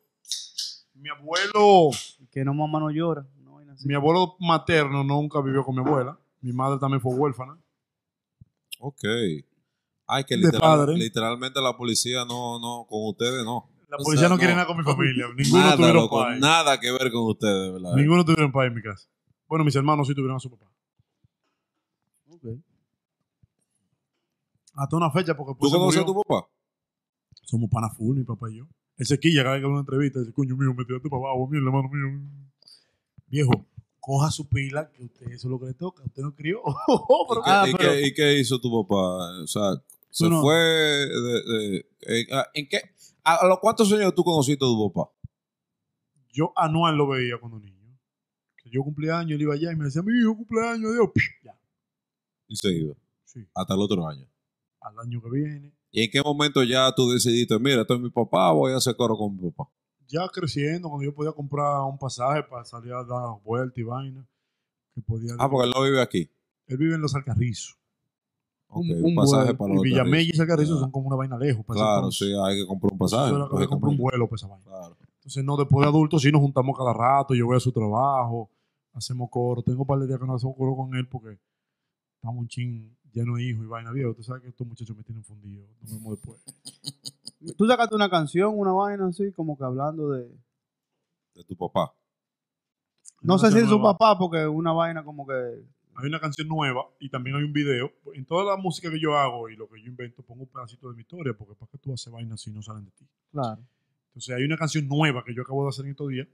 Speaker 3: Mi abuelo,
Speaker 1: Que no mamá no llora. una vaina así.
Speaker 3: mi abuelo materno nunca vivió con mi abuela. Mi madre también fue huérfana.
Speaker 2: Ok. Ay, que
Speaker 3: De
Speaker 2: literal-
Speaker 3: padre.
Speaker 2: literalmente la policía no, no, con ustedes no.
Speaker 3: La
Speaker 2: O sea,
Speaker 3: policía no quiere
Speaker 2: no.
Speaker 3: nada con mi familia. Ninguno
Speaker 2: Nada,
Speaker 3: tuvieron
Speaker 2: loco,
Speaker 3: país.
Speaker 2: nada que ver con ustedes, ¿verdad?
Speaker 3: Ninguno tuvieron país en mi casa. Bueno, mis hermanos sí tuvieron a su papá. Hasta una fecha, porque
Speaker 2: ¿Tú
Speaker 3: pues, se
Speaker 2: conoces a
Speaker 3: murió.
Speaker 2: tu papá?
Speaker 3: Somos pana full, mi papá y yo. Él se quilla cada vez que hago una entrevista. Dice, coño mío, me tiraste para abajo, mierda, hermano mío. Viejo, coja su pila, que usted eso es lo que le toca. Usted no crió. *laughs*
Speaker 2: ¿Y
Speaker 3: Pero-
Speaker 2: qué,
Speaker 3: ah,
Speaker 2: y
Speaker 3: pero-
Speaker 2: qué- y qué hizo tu papá? O sea, se
Speaker 3: Tú no-
Speaker 2: fue de- de- eh, ah, en, qué? ¿A los cuántos años tú conociste a tu papá?
Speaker 3: Yo anual lo veía cuando niño. Que yo cumplía años, él iba allá y me decía, mi hijo cumpleaños, adiós. Ya,
Speaker 2: Enseguida,
Speaker 3: sí.
Speaker 2: hasta el otro año.
Speaker 3: Al año que viene.
Speaker 2: ¿Y en qué momento ya tú decidiste, mira, esto es mi papá, voy a hacer coro con mi papá?
Speaker 3: ya creciendo, cuando yo podía comprar un pasaje para salir a dar vueltas y vaina, que podía.
Speaker 2: Ah, porque él no vive aquí.
Speaker 3: él vive en los Alcarrizos.
Speaker 2: Ok,
Speaker 1: Un-
Speaker 2: un,
Speaker 1: un
Speaker 2: pasaje
Speaker 1: vuelo.
Speaker 2: para
Speaker 3: Y
Speaker 2: los
Speaker 3: Villamella y Alcarrizos
Speaker 2: Ah.
Speaker 3: son como una vaina lejos. para ese
Speaker 2: Claro,
Speaker 3: entonces.
Speaker 2: sí, hay que comprar un pasaje.
Speaker 3: Entonces, yo
Speaker 2: lógicamente.
Speaker 3: compré un vuelo para esa vaina.
Speaker 2: Claro.
Speaker 3: Entonces, no, después de adultos sí nos juntamos cada rato, yo voy a su trabajo, hacemos coro. Tengo un par de días que no hacemos coro con él porque estamos un chin lleno de hijos y vaina viejo. Tú sabes que estos muchachos me tienen fundido. Nos vemos después.
Speaker 1: Tú sacaste una canción, una vaina así, como que hablando de.
Speaker 2: De tu papá.
Speaker 1: No
Speaker 3: Una
Speaker 1: sé si
Speaker 3: canción
Speaker 1: es su
Speaker 3: nueva.
Speaker 1: papá, porque una vaina como que.
Speaker 3: Hay una canción nueva y también hay un video. En toda la música que yo hago y lo que yo invento, pongo un pedacito de mi historia, porque para que tú haces vainas si no salen de ti.
Speaker 1: Claro.
Speaker 3: Entonces hay una canción nueva que yo acabo de hacer en estos días,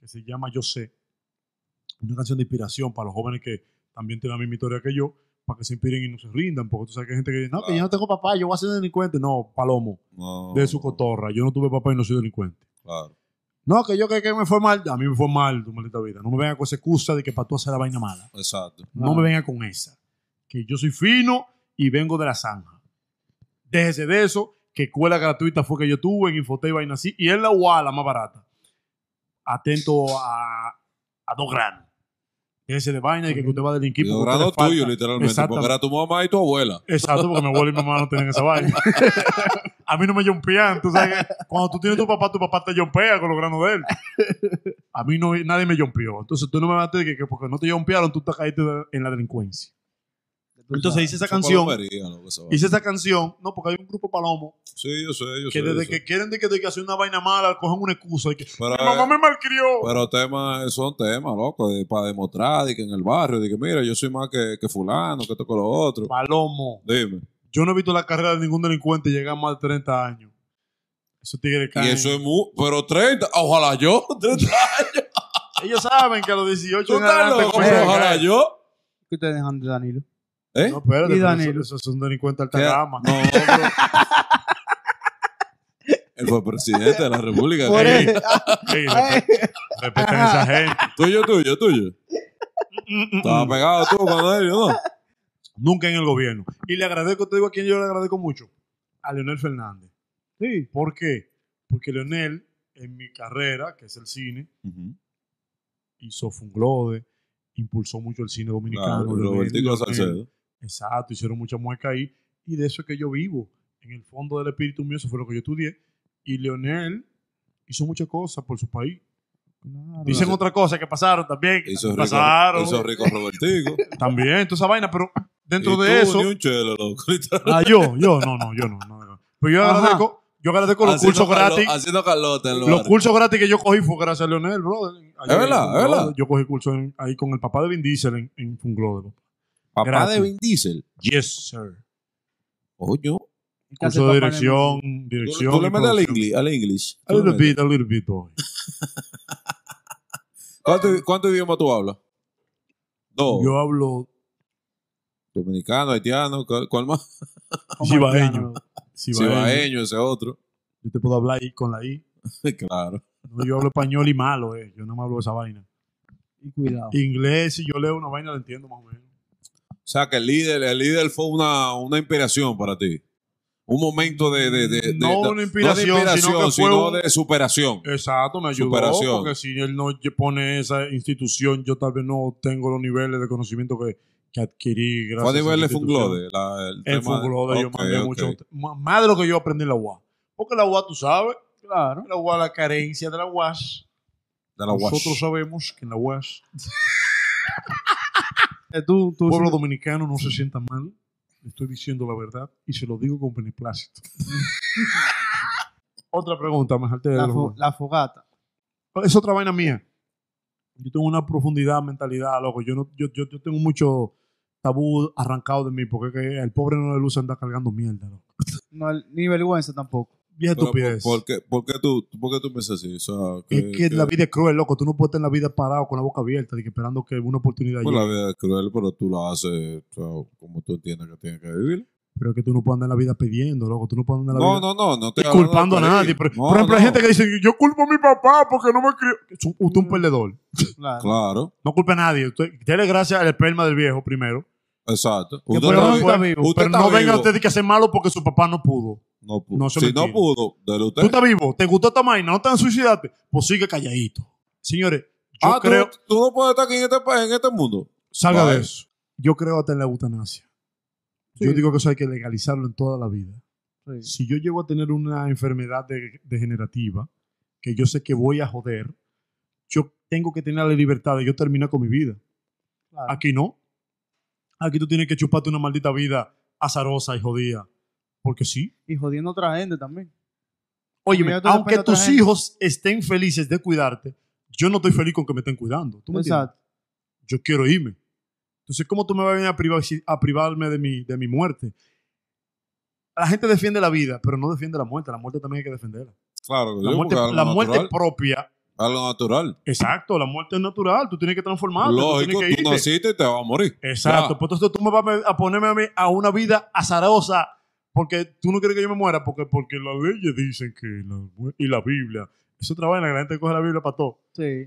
Speaker 3: que se llama Yo sé. Una canción de inspiración para los jóvenes que también tienen la misma historia que yo, para que se inspiren y no se rindan, porque tú sabes que hay gente que dice, no, que yo no tengo papá, yo voy a ser delincuente. No, palomo,
Speaker 2: No,
Speaker 3: de su cotorra. Yo no tuve papá y no soy delincuente.
Speaker 2: Claro.
Speaker 3: No, que yo que, que me fue mal. A mí me fue mal, tu maldita vida. No me venga con esa excusa de que para tú hacer la vaina mala.
Speaker 2: Exacto.
Speaker 3: No me venga con esa. Que yo soy fino y vengo de la zanja. Déjese de eso, que escuela gratuita fue que yo tuve en Infotei vaina así. Y es la UA la más barata. Atento a, a dos granos. Déjese de vaina y que usted va a delinquir.
Speaker 2: Y
Speaker 3: porque
Speaker 2: logrado
Speaker 3: usted le
Speaker 2: tuyo,
Speaker 3: falta-
Speaker 2: literalmente. Porque
Speaker 3: Exactamente.
Speaker 2: era tu mamá y tu abuela.
Speaker 3: Exacto, porque mi abuelo y mi mamá no tienen esa vaina. a mí no me jumpean. Tú sabes que cuando tú tienes tu papá, tu papá te jumpea con los granos de él. A mí no, nadie me jumpeó. Entonces tú no me vas a decir que, que porque no te jumpearon, tú te caíste de- en la delincuencia. Entonces hice esa
Speaker 2: Esa
Speaker 3: canción.
Speaker 2: palomería, loco, esa vaina.
Speaker 3: Hice esa canción, no, porque hay un grupo palomo
Speaker 2: Sí, yo sé, yo sé.
Speaker 3: que
Speaker 2: yo
Speaker 3: desde
Speaker 2: sé.
Speaker 3: que quieren de que, de que hacen una vaina mala, cogen una excusa. de que,
Speaker 2: Pero,
Speaker 3: mi mamá
Speaker 2: eh,
Speaker 3: me malcrió.
Speaker 2: pero temas, son temas, loco, de- para demostrar de que en el barrio, de que mira, yo soy más que, que fulano, que toco lo otro.
Speaker 3: palomo.
Speaker 2: Dime.
Speaker 3: Yo no he visto la carrera de ningún delincuente llegar a más de 30 años. Esos tigres
Speaker 2: Y
Speaker 3: caen.
Speaker 2: eso es muy, pero 30, ojalá yo, *laughs* 30,
Speaker 3: Ellos saben que a los 18
Speaker 2: tú
Speaker 3: en
Speaker 2: estás
Speaker 3: adelante
Speaker 2: loco,
Speaker 3: comienzan a
Speaker 2: ojalá
Speaker 3: caer.
Speaker 2: yo.
Speaker 1: ¿Qué ustedes dejan de Danilo?
Speaker 2: ¿Eh?
Speaker 3: No, espérate,
Speaker 1: Y
Speaker 3: pero
Speaker 1: Danilo.
Speaker 3: eso- eso es un delincuente alta
Speaker 2: ¿Qué?
Speaker 3: gama.
Speaker 2: No, pero- Él fue presidente de la República.
Speaker 1: Por
Speaker 2: Ey,
Speaker 1: eso.
Speaker 3: Ey, respet- respeten a esa gente.
Speaker 2: Tuyo, tuyo, tuyo. Estaba pegado tú con él, ¿no?
Speaker 3: Nunca en el gobierno. Y le agradezco, te digo a quien yo le agradezco mucho. A Leonel Fernández.
Speaker 1: *laughs* Sí.
Speaker 3: ¿Por qué? Porque Leonel, en mi carrera, que es el cine, hizo Funglode, impulsó mucho el cine dominicano.
Speaker 2: Claro,
Speaker 3: Leonel,
Speaker 2: Robertico
Speaker 3: Leonel.
Speaker 2: Salcedo.
Speaker 3: Exacto, hicieron mucha mueca ahí. Y de eso es que yo vivo. En el fondo del espíritu mío, eso fue lo que yo estudié. Y Leonel hizo muchas cosas por su país.
Speaker 1: Claro.
Speaker 3: Dicen
Speaker 2: Sí.
Speaker 3: otra cosa que pasaron también. que
Speaker 2: Hizo rico,
Speaker 3: pasaron.
Speaker 2: hizo rico Robertico.
Speaker 3: También, toda esa vaina, pero *laughs* dentro
Speaker 2: Y tú,
Speaker 3: de eso.
Speaker 2: Ni un chelo, loco. *laughs*
Speaker 3: Ah, yo, yo, no, no, yo no. no, no. Pero yo
Speaker 1: Ajá.
Speaker 3: agradezco, yo agradezco los
Speaker 2: Haciendo
Speaker 3: cursos
Speaker 2: calo-
Speaker 3: gratis.
Speaker 2: Haciendo calota en los
Speaker 3: Los
Speaker 2: bares.
Speaker 3: cursos gratis que yo cogí fue gracias a Leonel, brother. Ahí
Speaker 2: Es verdad,
Speaker 3: en
Speaker 2: es verdad.
Speaker 3: Funglode. Yo cogí cursos en- ahí con el papá de Vin Diesel en, en Funglode.
Speaker 2: Papá
Speaker 3: gratis.
Speaker 2: de Vin Diesel.
Speaker 3: Yes, sir.
Speaker 2: Coño.
Speaker 1: ¿Qué hace
Speaker 3: Curso de
Speaker 1: papá
Speaker 3: dirección,
Speaker 2: Tú,
Speaker 3: dirección.
Speaker 2: tú le
Speaker 3: y
Speaker 2: metes al
Speaker 3: producción.
Speaker 2: English. Al English.
Speaker 3: A little bit, a little bit, boy.
Speaker 2: ¿Cuánto, cuánto idioma tú hablas? Dos.
Speaker 3: Yo hablo
Speaker 2: Dominicano, haitiano, ¿cuál, cuál más?
Speaker 1: Como haitiano,
Speaker 3: Gibaeño.
Speaker 1: loco.
Speaker 3: cibaeño.
Speaker 2: Cibaeño, ese otro. *laughs*
Speaker 3: Yo te puedo hablar ahí con la I.
Speaker 2: claro.
Speaker 3: No, yo hablo español y malo, eh. Yo no me hablo esa vaina.
Speaker 1: Y cuidado.
Speaker 3: Inglés, si yo leo una vaina, la entiendo más o menos.
Speaker 2: O sea, que el líder, el líder fue una, una inspiración para ti. Un momento de... de, de- de-
Speaker 3: No
Speaker 2: de-
Speaker 3: una inspiración,
Speaker 2: no de,
Speaker 3: sino que fue
Speaker 2: sino
Speaker 3: un-
Speaker 2: de superación.
Speaker 3: Exacto, me ayudó.
Speaker 2: Superación.
Speaker 3: Porque si él no lle- pone esa institución, yo tal vez no tengo los niveles de conocimiento que, que adquirí. Gracias
Speaker 2: Fue a nivel
Speaker 3: esa
Speaker 2: de
Speaker 3: institución.
Speaker 2: Funglode. la- el
Speaker 3: En
Speaker 2: tema de-
Speaker 3: Funglode yo
Speaker 2: Ok,
Speaker 3: mandé
Speaker 2: ok.
Speaker 3: mucho. ma- Más de lo que yo aprendí en la UA. Porque la UA, tú sabes,
Speaker 1: Claro.
Speaker 3: la UA, la carencia de la UAS.
Speaker 2: De la
Speaker 3: Nosotros
Speaker 2: Wash.
Speaker 3: sabemos que en la UAS
Speaker 1: Eh, Tú, tú,
Speaker 3: el pueblo dominicano no se sienta mal. Le Estoy diciendo la verdad y se lo digo con
Speaker 2: *laughs*
Speaker 3: beneplácito. Otra pregunta, más alta de
Speaker 1: la,
Speaker 3: los
Speaker 1: fo-
Speaker 3: juegos.
Speaker 1: la fogata.
Speaker 3: Es otra vaina mía. Yo tengo una profundidad, mentalidad, loco. Yo, no, yo, yo, yo tengo mucho tabú arrancado de mí porque es que el pobre no le luce andar cargando mierda, loco.
Speaker 1: No, ni vergüenza tampoco.
Speaker 3: Vieja
Speaker 2: Pero,
Speaker 3: estupidez.
Speaker 2: ¿Por eh, qué, por qué tú, por qué tú piensas así? O sea,
Speaker 3: es que la
Speaker 2: que-
Speaker 3: vida es cruel, loco. Tú no puedes estar en la vida parado con la boca abierta, de que esperando que una oportunidad
Speaker 2: pues,
Speaker 3: llegue.
Speaker 2: la vida es cruel, pero tú la haces o sea, como tú entiendes que tienes que vivir.
Speaker 3: Pero es que tú no puedes andar en la vida pidiendo, loco. Tú no puedes andar en la vida
Speaker 2: No, no, no. no estoy
Speaker 3: y
Speaker 2: hablando de
Speaker 3: culpando a
Speaker 2: pedir.
Speaker 3: nadie. Por,
Speaker 2: No,
Speaker 3: por ejemplo, hay
Speaker 2: no,
Speaker 3: gente que dice, yo culpo a mi papá porque no me crió. Es un-
Speaker 2: Mm.
Speaker 3: Usted es un perdedor.
Speaker 1: Claro.
Speaker 2: Claro,
Speaker 3: No culpe a nadie. Usted, dele gracias al esperma del viejo primero.
Speaker 2: exacto.
Speaker 1: Que
Speaker 2: Usted
Speaker 1: por
Speaker 2: está
Speaker 1: ahora
Speaker 2: vivo.
Speaker 1: está vivo,
Speaker 2: Usted
Speaker 3: Pero
Speaker 2: está
Speaker 3: no venga
Speaker 2: vivo.
Speaker 3: usted y que hace malo porque su papá no pudo.
Speaker 2: No pudo.
Speaker 3: No, eso es
Speaker 2: si no
Speaker 3: mentira.
Speaker 2: pudo, dele usted.
Speaker 3: Tú estás vivo, te gustó esta vaina, no te suicidaste, pues sigue calladito. Señores, yo
Speaker 2: Ah, tú-
Speaker 3: creo,
Speaker 2: tú, no puedes estar aquí en este, pa- en este mundo.
Speaker 3: salga
Speaker 2: Vale.
Speaker 3: de eso. Yo creo hasta en la eutanasia. Yo
Speaker 1: Sí.
Speaker 3: digo que eso hay que legalizarlo en toda la vida.
Speaker 1: Sí.
Speaker 3: si yo llego a tener una enfermedad de- degenerativa, que yo sé que voy a joder, yo tengo que tener la libertad de yo terminar con mi vida.
Speaker 1: Claro.
Speaker 3: Aquí no. Aquí tú tienes que chuparte una maldita vida azarosa y jodida. Porque sí.
Speaker 1: Y jodiendo a otra gente también.
Speaker 3: Oye,
Speaker 1: ya tú
Speaker 3: aunque
Speaker 1: dependes de otra
Speaker 3: tus
Speaker 1: gente.
Speaker 3: hijos estén felices de cuidarte, yo no estoy feliz con que me estén cuidando. ¿Tú me entiendes?
Speaker 1: Exacto.
Speaker 3: Yo quiero irme. Entonces, ¿cómo tú me vas a venir a, privar- a privarme de mi, de mi muerte? La gente defiende la vida, pero no defiende la muerte. La muerte también hay que defenderla.
Speaker 2: Claro,
Speaker 3: La
Speaker 2: yo,
Speaker 3: muerte,
Speaker 2: porque algo
Speaker 3: la muerte
Speaker 2: natural,
Speaker 3: propia.
Speaker 2: Algo natural.
Speaker 3: Exacto, la muerte es natural. Tú tienes que transformarte.
Speaker 2: Lógico,
Speaker 3: Ah, tú
Speaker 2: tú
Speaker 3: tienes que irte.
Speaker 2: naciste y te vas a morir.
Speaker 3: Exacto.
Speaker 2: Ya.
Speaker 3: Pues entonces tú me vas a ponerme a, mí a una vida azarosa porque tú no quieres que yo me muera porque, porque las leyes dicen que... la mu- y la Biblia. Es otra vaina que la gente coge la Biblia para todo.
Speaker 1: Sí.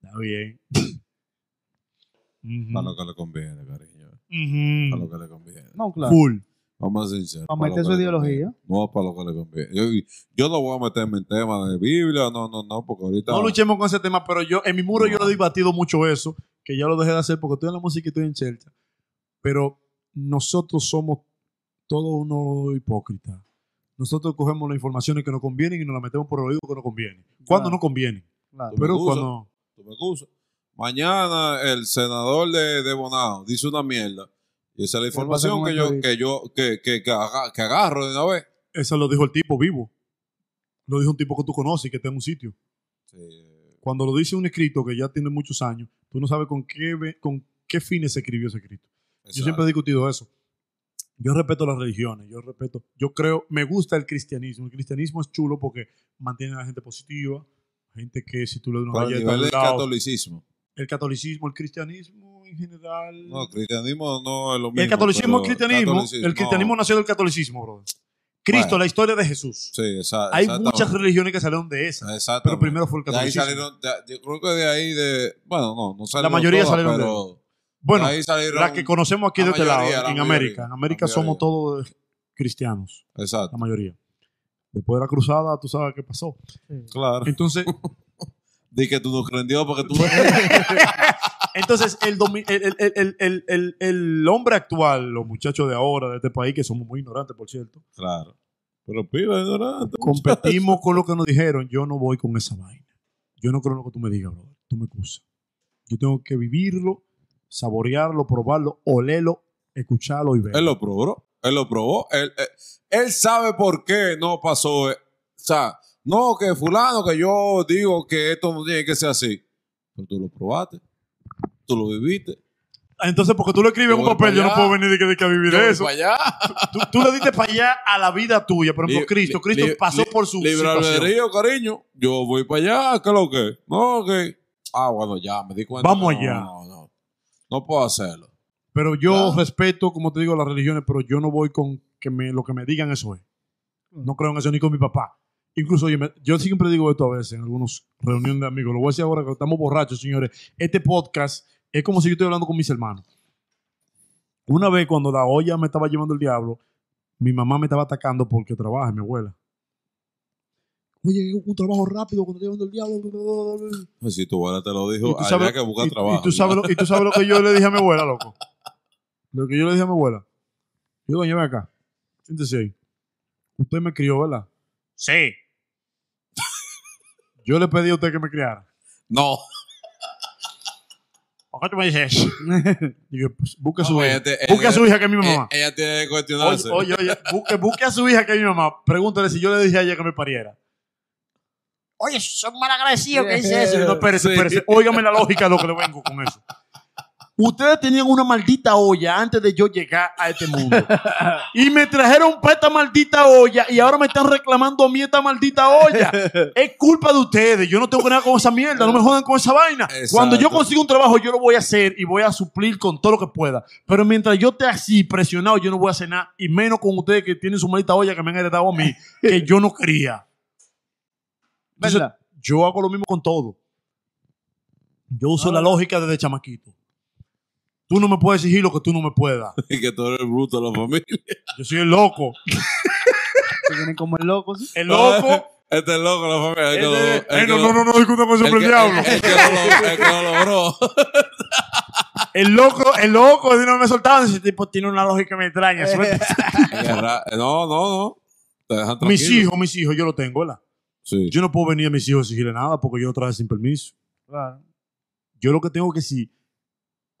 Speaker 3: Está bien. Ujú.
Speaker 2: Para
Speaker 3: Mm.
Speaker 2: lo que le conviene, cariño.
Speaker 3: Ujú.
Speaker 2: Para lo que le conviene.
Speaker 1: No, claro.
Speaker 3: Full.
Speaker 2: Vamos a ser sinceros.
Speaker 1: Para
Speaker 2: para
Speaker 1: meter
Speaker 2: lo
Speaker 1: su
Speaker 2: que le
Speaker 1: ideología.
Speaker 2: conviene. No, para lo que le conviene. Yo, yo no voy a meterme en temas de Biblia, no, no, no, porque ahorita.
Speaker 3: No luchemos con ese tema, pero yo en mi muro yo lo he debatido mucho eso, que ya lo dejé de hacer porque estoy en la música y estoy en chelcha. Pero nosotros somos todos unos hipócritas. Nosotros cogemos las informaciones que nos convienen y nos las metemos por el oído que nos conviene.
Speaker 1: Claro.
Speaker 3: Cuando no conviene.
Speaker 1: Claro.
Speaker 2: Me
Speaker 3: Pero
Speaker 2: gusta.
Speaker 3: cuando.
Speaker 2: Tú me excusas. Mañana el senador de, de Bonao dice una mierda. Y esa es la información
Speaker 1: pasa
Speaker 2: que
Speaker 1: con
Speaker 2: yo, que yo, que, que, que aga- que agarro de una vez.
Speaker 3: Eso lo dijo el tipo vivo. Lo dijo un tipo que tú conoces y que está en un sitio.
Speaker 2: Sí.
Speaker 3: Cuando lo dice un escrito que ya tiene muchos años, tú no sabes con qué, ve- con qué fines se escribió ese escrito. Yo siempre he discutido eso. Yo respeto las religiones, yo respeto, yo creo, me gusta el cristianismo. El cristianismo es chulo porque mantiene a la gente positiva, gente que si tú le das una
Speaker 2: Para el
Speaker 3: galleta
Speaker 2: nivel
Speaker 3: al
Speaker 2: de
Speaker 3: lado,
Speaker 2: catolicismo.
Speaker 3: el catolicismo, el cristianismo en general.
Speaker 2: No, cristianismo no es lo mismo.
Speaker 3: el catolicismo, el
Speaker 2: pero
Speaker 3: cristianismo,
Speaker 2: catolicismo,
Speaker 3: el cristianismo
Speaker 2: no.
Speaker 3: nació del catolicismo, brother. Cristo,
Speaker 2: Bueno.
Speaker 3: la historia de Jesús.
Speaker 2: Sí, esa-
Speaker 3: Hay
Speaker 2: exactamente.
Speaker 3: muchas religiones que salieron de esa,
Speaker 2: Exactamente.
Speaker 3: pero primero fue el
Speaker 2: De ahí
Speaker 3: catolicismo.
Speaker 2: salieron, de- yo creo que de ahí de, bueno, no, no salieron
Speaker 3: mayoría
Speaker 2: todas,
Speaker 3: salieron de
Speaker 2: pero
Speaker 3: bueno,
Speaker 2: de ahí salieron,
Speaker 3: las que conocemos aquí
Speaker 2: la
Speaker 3: de este
Speaker 2: mayoría,
Speaker 3: lado,
Speaker 2: la
Speaker 3: en
Speaker 2: mayoría,
Speaker 3: América. En
Speaker 2: la
Speaker 3: América somos
Speaker 2: mayoría.
Speaker 3: todos cristianos.
Speaker 2: exacto,
Speaker 3: la mayoría. Después de la cruzada, tú sabes qué pasó.
Speaker 2: claro,
Speaker 3: *laughs* Entonces,
Speaker 2: *laughs* di que tú no *laughs* crees en Dios porque tú,
Speaker 3: entonces el, domi- el, el- el- el- el- el hombre actual, los muchachos de ahora, de este país, que somos muy ignorantes, por cierto,
Speaker 2: claro, pero pila ignorante,
Speaker 3: *laughs* competimos con lo que nos dijeron. Yo no voy con esa vaina. Yo no creo en lo que tú me digas, brother. Tú me excusas. Yo tengo que vivirlo, saborearlo, probarlo, olerlo, escucharlo y verlo.
Speaker 2: él lo probó, él lo probó, él, él, él sabe por qué no pasó, eh, o sea, no que fulano que yo digo que esto no tiene que ser así, pero tú lo probaste, tú lo viviste,
Speaker 3: Entonces, porque tú lo escribes
Speaker 2: Yo
Speaker 3: en un
Speaker 2: voy
Speaker 3: papel,
Speaker 2: pa'
Speaker 3: yo no
Speaker 2: allá.
Speaker 3: puedo venir de que, de que a vivir
Speaker 2: Yo voy
Speaker 3: eso.
Speaker 2: pa' allá,
Speaker 3: Tú, tú le diste para allá a la vida tuya. Por ejemplo,
Speaker 2: Li-
Speaker 3: Cristo.
Speaker 2: li-
Speaker 3: Cristo
Speaker 2: li-
Speaker 3: pasó
Speaker 2: li-
Speaker 3: por su
Speaker 2: Libre
Speaker 3: situación.
Speaker 2: albedrío, cariño. Yo voy para allá, ¿qué es lo que? No, que. Ah, bueno, ya me di cuenta.
Speaker 3: Vamos
Speaker 2: que no,
Speaker 3: allá.
Speaker 2: No, no, no puedo hacerlo.
Speaker 3: Pero yo
Speaker 2: Claro.
Speaker 3: respeto, como te digo, las religiones, pero yo no voy con que me, lo que me digan eso es. No creo en eso ni con mi papá. Incluso, oye, me- yo siempre digo esto a veces en algunas reuniones de amigos. Lo voy a decir ahora que estamos borrachos, señores. Este podcast es como si yo estuviera hablando con mis hermanos. Una vez cuando la olla me estaba llevando el diablo, mi mamá me estaba atacando porque trabaja, mi abuela. Oye, un trabajo rápido cuando te llevando el diablo. bla, bla, bla, bla.
Speaker 2: Pues Si tu abuela te lo
Speaker 3: Y
Speaker 2: dijo,
Speaker 3: tú
Speaker 2: había
Speaker 3: sabes-
Speaker 2: que
Speaker 3: y-
Speaker 2: buscar
Speaker 3: y
Speaker 2: trabajo.
Speaker 3: tú sabes lo- y tú sabes lo que yo le dije a mi abuela, loco. Lo que yo le dije a mi abuela. Yo, doña, ven acá. Siéntese ahí. Usted me crió, ¿verdad? Sí. *laughs* yo le pedí a usted que me criara.
Speaker 2: No,
Speaker 3: ¿Por qué tú me *laughs* dices? Digo, pues, busque a su
Speaker 2: No, este, eh,
Speaker 3: hija.
Speaker 2: ella te-
Speaker 3: Busque a su hija que es mi
Speaker 2: ella,
Speaker 3: mamá.
Speaker 2: ella tiene que cuestionarse.
Speaker 3: Oye, oye, oye, busque, busque a su hija que es mi mamá. Pregúntale si yo le dije a ella que me pariera. Oye, son malagradecidos que dice eso. No, espérese,
Speaker 2: Sí.
Speaker 3: espérese. Óigame la lógica de lo que le vengo con eso. Ustedes tenían una maldita olla antes de yo llegar a este mundo. Y me trajeron para esta maldita olla y ahora me están reclamando a mí esta maldita olla. Es culpa de ustedes. Yo no tengo nada con esa mierda. No me jodan con esa vaina.
Speaker 2: Exacto.
Speaker 3: Cuando yo consigo un trabajo, yo lo voy a hacer y voy a suplir con todo lo que pueda. Pero mientras yo esté así presionado, yo no voy a hacer nada. Y menos con ustedes que tienen su maldita olla que me han heredado a mí, que yo no quería. Entonces,
Speaker 1: ¿Verdad?
Speaker 3: yo hago lo mismo con todo. Yo uso la lógica desde chamaquito. Tú no me puedes exigir lo que tú no me puedas.
Speaker 2: Y *laughs* que tú eres el bruto de la familia. *laughs*
Speaker 3: Yo soy el loco.
Speaker 1: Que vienen como el loco.
Speaker 3: *laughs*
Speaker 1: ¿sí?
Speaker 3: El loco.
Speaker 2: Este es loco de la familia. El que lo-
Speaker 3: Ese-
Speaker 2: el que
Speaker 3: Eh, No,
Speaker 2: lo-
Speaker 3: no, no, no discuta con
Speaker 2: el
Speaker 3: eso,
Speaker 2: que-
Speaker 3: el diablo.
Speaker 2: el que lo logró, el que lo logró. *laughs*
Speaker 3: El loco, el loco, de una me soltaban. Ese tipo tiene una lógica me
Speaker 2: *laughs*
Speaker 3: extraña. suelta.
Speaker 2: Agarra- No, no, no. Te dejan tranquilo.
Speaker 3: mis hijos, mis hijos, yo lo tengo, ¿verdad?
Speaker 2: Sí.
Speaker 3: Yo no puedo venir a mis hijos a exigirle nada porque yo lo traje sin permiso.
Speaker 1: *laughs* Claro.
Speaker 3: Yo lo que tengo que sí,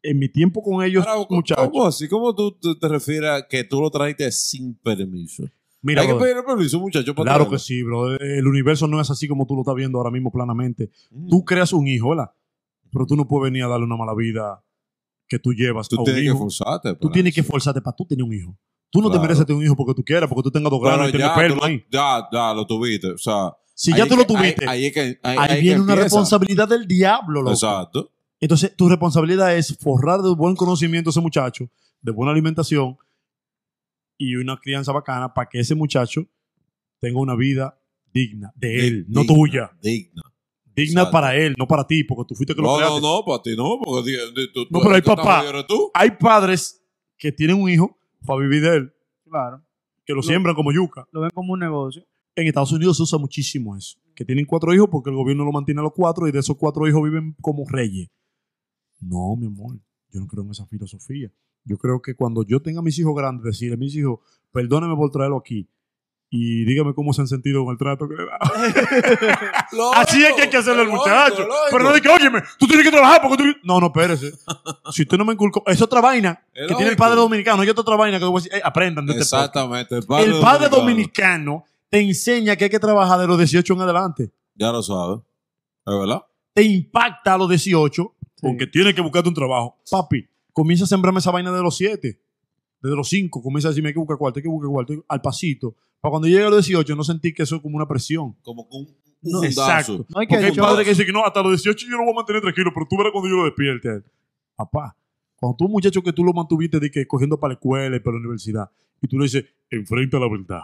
Speaker 3: en mi tiempo con ellos,
Speaker 2: Ahora, ¿cómo-
Speaker 3: muchachos.
Speaker 2: ¿Cómo así? ¿Cómo tú te, te refieres a que tú lo trajiste sin permiso?
Speaker 3: Mira,
Speaker 2: Hay que
Speaker 3: brother,
Speaker 2: pedir permiso, muchacho. para
Speaker 3: claro
Speaker 2: traerlo.
Speaker 3: que sí, bro. El universo no es así como tú lo estás viendo ahora mismo planamente.
Speaker 2: Mm.
Speaker 3: Tú creas un hijo, ¿verdad? Pero tú no puedes venir a darle una mala vida que tú llevas a
Speaker 2: Tú
Speaker 3: un
Speaker 2: tienes que
Speaker 3: hijo.
Speaker 2: forzarte. pues.
Speaker 3: tú tienes que esforzarte para tú tener un hijo. Tú no
Speaker 2: Claro.
Speaker 3: te mereces tener un hijo porque tú quieras, porque tú tengas dos granos
Speaker 2: ya,
Speaker 3: y tienes
Speaker 2: tú
Speaker 3: pelo
Speaker 2: lo-
Speaker 3: ahí.
Speaker 2: ya, ya, lo tuviste. O sea,
Speaker 3: Si
Speaker 2: ahí
Speaker 3: ya
Speaker 2: es
Speaker 3: tú lo
Speaker 2: que-
Speaker 3: tuviste, ahí,
Speaker 2: Ahí, ahí es que- ahí- ahí es
Speaker 3: viene
Speaker 2: que
Speaker 3: una
Speaker 2: empieza.
Speaker 3: responsabilidad del diablo, loco.
Speaker 2: Exacto.
Speaker 3: Entonces, tu responsabilidad es forrar de buen conocimiento a ese muchacho, de buena alimentación y una crianza bacana para que ese muchacho tenga una vida digna de él, no
Speaker 2: Digna,
Speaker 3: tuya.
Speaker 2: Digna.
Speaker 3: Digna
Speaker 2: Exacto.
Speaker 3: para él, *laughs* no para ti, porque tú fuiste que lo
Speaker 2: No,
Speaker 3: creaste.
Speaker 2: no, no, para ti no, porque di- di- tú,
Speaker 3: No,
Speaker 2: tú-
Speaker 3: pero hay
Speaker 2: tú estás
Speaker 3: papá.
Speaker 2: jodido, eres tú.
Speaker 3: Hay padres que tienen un hijo para vivir de él,
Speaker 1: Claro.
Speaker 3: que lo siembran como yuca.
Speaker 1: Lo ven como un negocio.
Speaker 3: En Estados Unidos se usa muchísimo eso, que tienen cuatro hijos porque el gobierno lo mantiene a los cuatro y de esos cuatro hijos viven como reyes. No, mi amor, yo no creo en esa filosofía. Yo creo que cuando yo tenga a mis hijos grandes, decirle a mis hijos, perdóneme por traerlo aquí y dígame cómo se han sentido con el trato que le da. *laughs* Así es que hay que hacerle al
Speaker 2: Lógico,
Speaker 3: muchacho.
Speaker 2: lógico.
Speaker 3: Pero no de que, óyeme, tú tienes que trabajar porque tú... No, no, espérese. si usted no me inculcó... Es otra vaina que
Speaker 2: Es
Speaker 3: tiene el
Speaker 2: lógico.
Speaker 3: padre dominicano. Hay otra vaina que yo voy a decir, eh, aprendan de este podcast.
Speaker 2: Exactamente.
Speaker 3: El padre dominicano te enseña que hay que trabajar de los 18 en adelante.
Speaker 2: Ya lo sabes. ¿Es verdad?
Speaker 3: Te impacta a los 18 porque tienes que buscarte un trabajo. Papi, comienza a sembrarme esa vaina de los 7. Desde los 5 comienza a decirme hay que buscar cuarto, hay que buscar cuarto, al pasito. Para cuando llegue a los 18 no sentir que eso es como una presión.
Speaker 2: Como que un, un
Speaker 3: No,
Speaker 2: fundazo.
Speaker 3: exacto.
Speaker 1: No hay que
Speaker 3: Porque hay
Speaker 1: yo-
Speaker 3: padres que dicen que no, hasta los 18 yo lo voy a mantener tranquilo, pero tú verás cuando yo lo despierte. a él. Papá, cuando tú un muchacho que tú lo mantuviste de que cogiendo para la escuela y para la universidad, y tú le dices, enfrenta la verdad.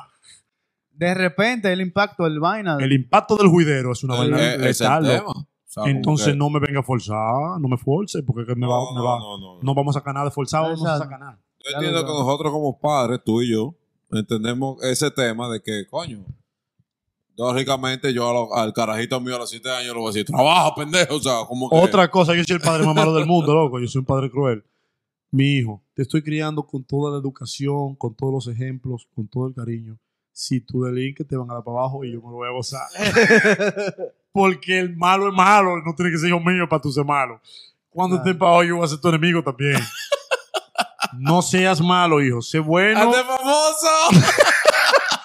Speaker 1: De repente el impacto del vaina.
Speaker 3: El impacto del juidero es una vaina
Speaker 2: Eh, ese es el
Speaker 3: letal, loco.
Speaker 2: tema. O sea, como
Speaker 3: Entonces
Speaker 2: que-
Speaker 3: no me venga a forzar, no me force, porque que me va, me va- no,
Speaker 2: no, no, no.
Speaker 3: vamos a sacar nada de forzado, no vamos a
Speaker 1: Exacto.
Speaker 3: sacar nada.
Speaker 2: Yo entiendo
Speaker 1: Claro,
Speaker 2: que
Speaker 1: claro.
Speaker 2: nosotros como padres, tú y yo, entendemos ese tema de que, coño, lógicamente yo a lo- al carajito mío a los 7 años le voy a decir, trabaja, pendejo, o sea, como que...
Speaker 3: Otra cosa, yo soy el padre más malo del mundo, *laughs* loco, yo soy un padre cruel. Mi hijo, te estoy criando con toda la educación, con todos los ejemplos, con todo el cariño. Si tú delinques, te van a dar para abajo y yo me lo voy
Speaker 2: *laughs*
Speaker 3: a gozar. porque el malo es malo, no tiene que ser hijo mío para tú ser malo. Cuando
Speaker 1: Claro.
Speaker 3: estés para abajo, yo voy a ser tu enemigo
Speaker 2: *laughs*
Speaker 3: también. no seas malo, hijo, sé bueno.
Speaker 2: ¡Hazte famoso! *laughs*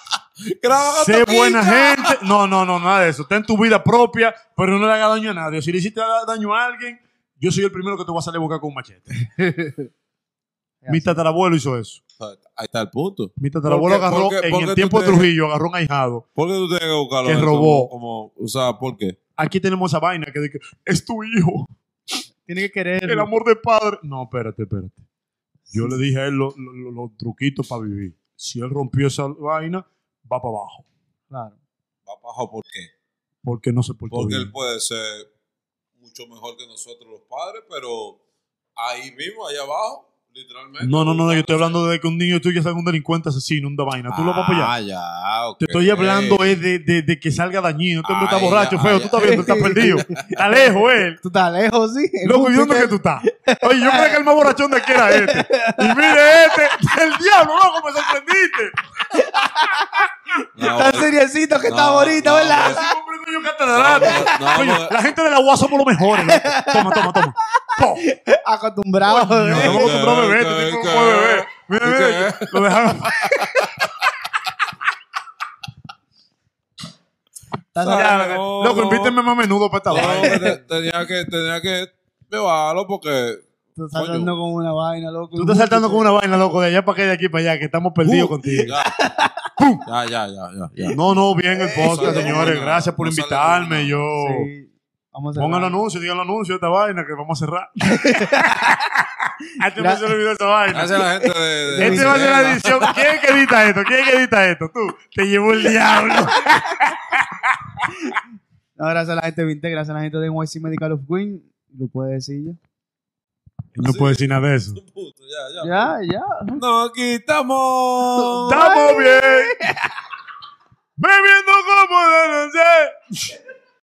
Speaker 2: ¡Graba
Speaker 3: Sé
Speaker 2: tu
Speaker 3: buena
Speaker 2: pica!
Speaker 3: gente. No, no, no, nada de eso. Ten tu vida propia, pero no le hagas daño a nadie. Si le hiciste daño a alguien, yo soy el primero que te voy a salir a buscar con un machete. Mi tatarabuelo hizo eso.
Speaker 2: Ahí está el punto.
Speaker 3: Mi tatarabuelo
Speaker 2: Porque-
Speaker 3: agarró,
Speaker 2: porque-
Speaker 3: en
Speaker 2: porque
Speaker 3: el
Speaker 2: tú
Speaker 3: tiempo de
Speaker 2: te-
Speaker 3: Trujillo, agarró un ahijado.
Speaker 2: ¿Por qué tú tienes que buscarlo?
Speaker 3: Que
Speaker 2: Como-
Speaker 3: robó.
Speaker 2: Como, o sea, ¿por qué?
Speaker 3: Aquí tenemos esa vaina que dice, es tu hijo,
Speaker 1: Tiene que querer.
Speaker 3: el amor de padre. No, espérate, espérate. Yo le dije a él lo- lo- lo- los truquitos para vivir. Si él rompió esa vaina, va para abajo.
Speaker 1: Claro.
Speaker 2: Va abajo, ¿por qué?
Speaker 3: Porque no se portó
Speaker 2: Porque
Speaker 3: bien.
Speaker 2: él puede ser mucho mejor que nosotros los padres, pero ahí mismo, allá abajo, Literalmente.
Speaker 3: No, no, no, yo estoy hablando de que un niño tuyo salga un delincuente asesino, una vaina. Tú lo vas a apoyar.
Speaker 2: Ah, ya, ok.
Speaker 3: Te estoy hablando es de, de, de que salga dañino. Este hombre está
Speaker 2: Ay,
Speaker 3: borracho,
Speaker 2: ya,
Speaker 3: feo.
Speaker 2: ay,
Speaker 3: Tú estás viendo, estás
Speaker 2: *laughs*
Speaker 3: perdido. Está lejos él.
Speaker 1: Tú estás lejos, sí.
Speaker 3: *laughs* Loco, ¿y dónde que tú estás? Oye, yo creía que el más borrachón de aquí era este. Y mire este, *laughs* el diablo, loco, me sorprendiste.
Speaker 2: No,
Speaker 1: Tan seriecito que estaba ahorita,
Speaker 2: no,
Speaker 1: ¿verdad?
Speaker 3: Así como un niño catarata.
Speaker 2: No, no,
Speaker 3: Coño,
Speaker 2: no.
Speaker 3: la gente de la UAS somos los mejores. eh, loco. Toma, toma, toma. Po.
Speaker 1: *laughs* Acostumbrado.
Speaker 3: Coño,
Speaker 1: ¿eh?
Speaker 3: estamos acostumbrados a beber, este
Speaker 2: ¿Qué?
Speaker 3: tipo
Speaker 2: ¿Qué?
Speaker 3: no puede beber. Mira, mira,
Speaker 2: ¿Qué? *laughs*
Speaker 3: lo dejaron.
Speaker 1: Estás
Speaker 2: Sabe,
Speaker 1: seriado.
Speaker 3: Ya,
Speaker 2: no,
Speaker 3: Loco,
Speaker 2: no.
Speaker 3: invítenme más a menudo para esta
Speaker 2: no,
Speaker 3: vaina.
Speaker 2: que te- tenía que, tenía que llevarlo porque.
Speaker 1: Tú estás saltando con una vaina, loco.
Speaker 3: Tú estás saltando con una vaina, loco, de allá para acá y de aquí para allá, que estamos perdidos
Speaker 2: Uh,
Speaker 3: contigo.
Speaker 2: Ya, ya, ya, ya, ya, ya.
Speaker 3: No, no, bien el podcast,
Speaker 2: sale
Speaker 3: señores.
Speaker 2: una,
Speaker 3: Gracias por
Speaker 2: Eh, no sale
Speaker 3: invitarme.
Speaker 2: una.
Speaker 3: Yo.
Speaker 1: Sí. Vamos a
Speaker 3: Pongan el
Speaker 1: cerrar.
Speaker 3: anuncio, digan el anuncio de esta vaina que vamos
Speaker 2: *laughs*
Speaker 3: a cerrar. Antes no se le olvidó esta vaina.
Speaker 2: Gracias a la gente de. de
Speaker 3: Este va a ser la edición. ¿Quién es que edita esto? ¿Quién es que edita esto? Tú, te llevó el
Speaker 2: *laughs*
Speaker 3: diablo.
Speaker 1: No, gracias a la gente de Vinte, gracias a la gente de NYC Medical of Queen. Lo puedes decir ya.
Speaker 3: No puedo decir nada de eso.
Speaker 2: Puto, ya, ya.
Speaker 1: Ya, ya.
Speaker 2: No, aquí estamos.
Speaker 3: *laughs* ¡Estamos bien! ¡Bebiendo como de noche!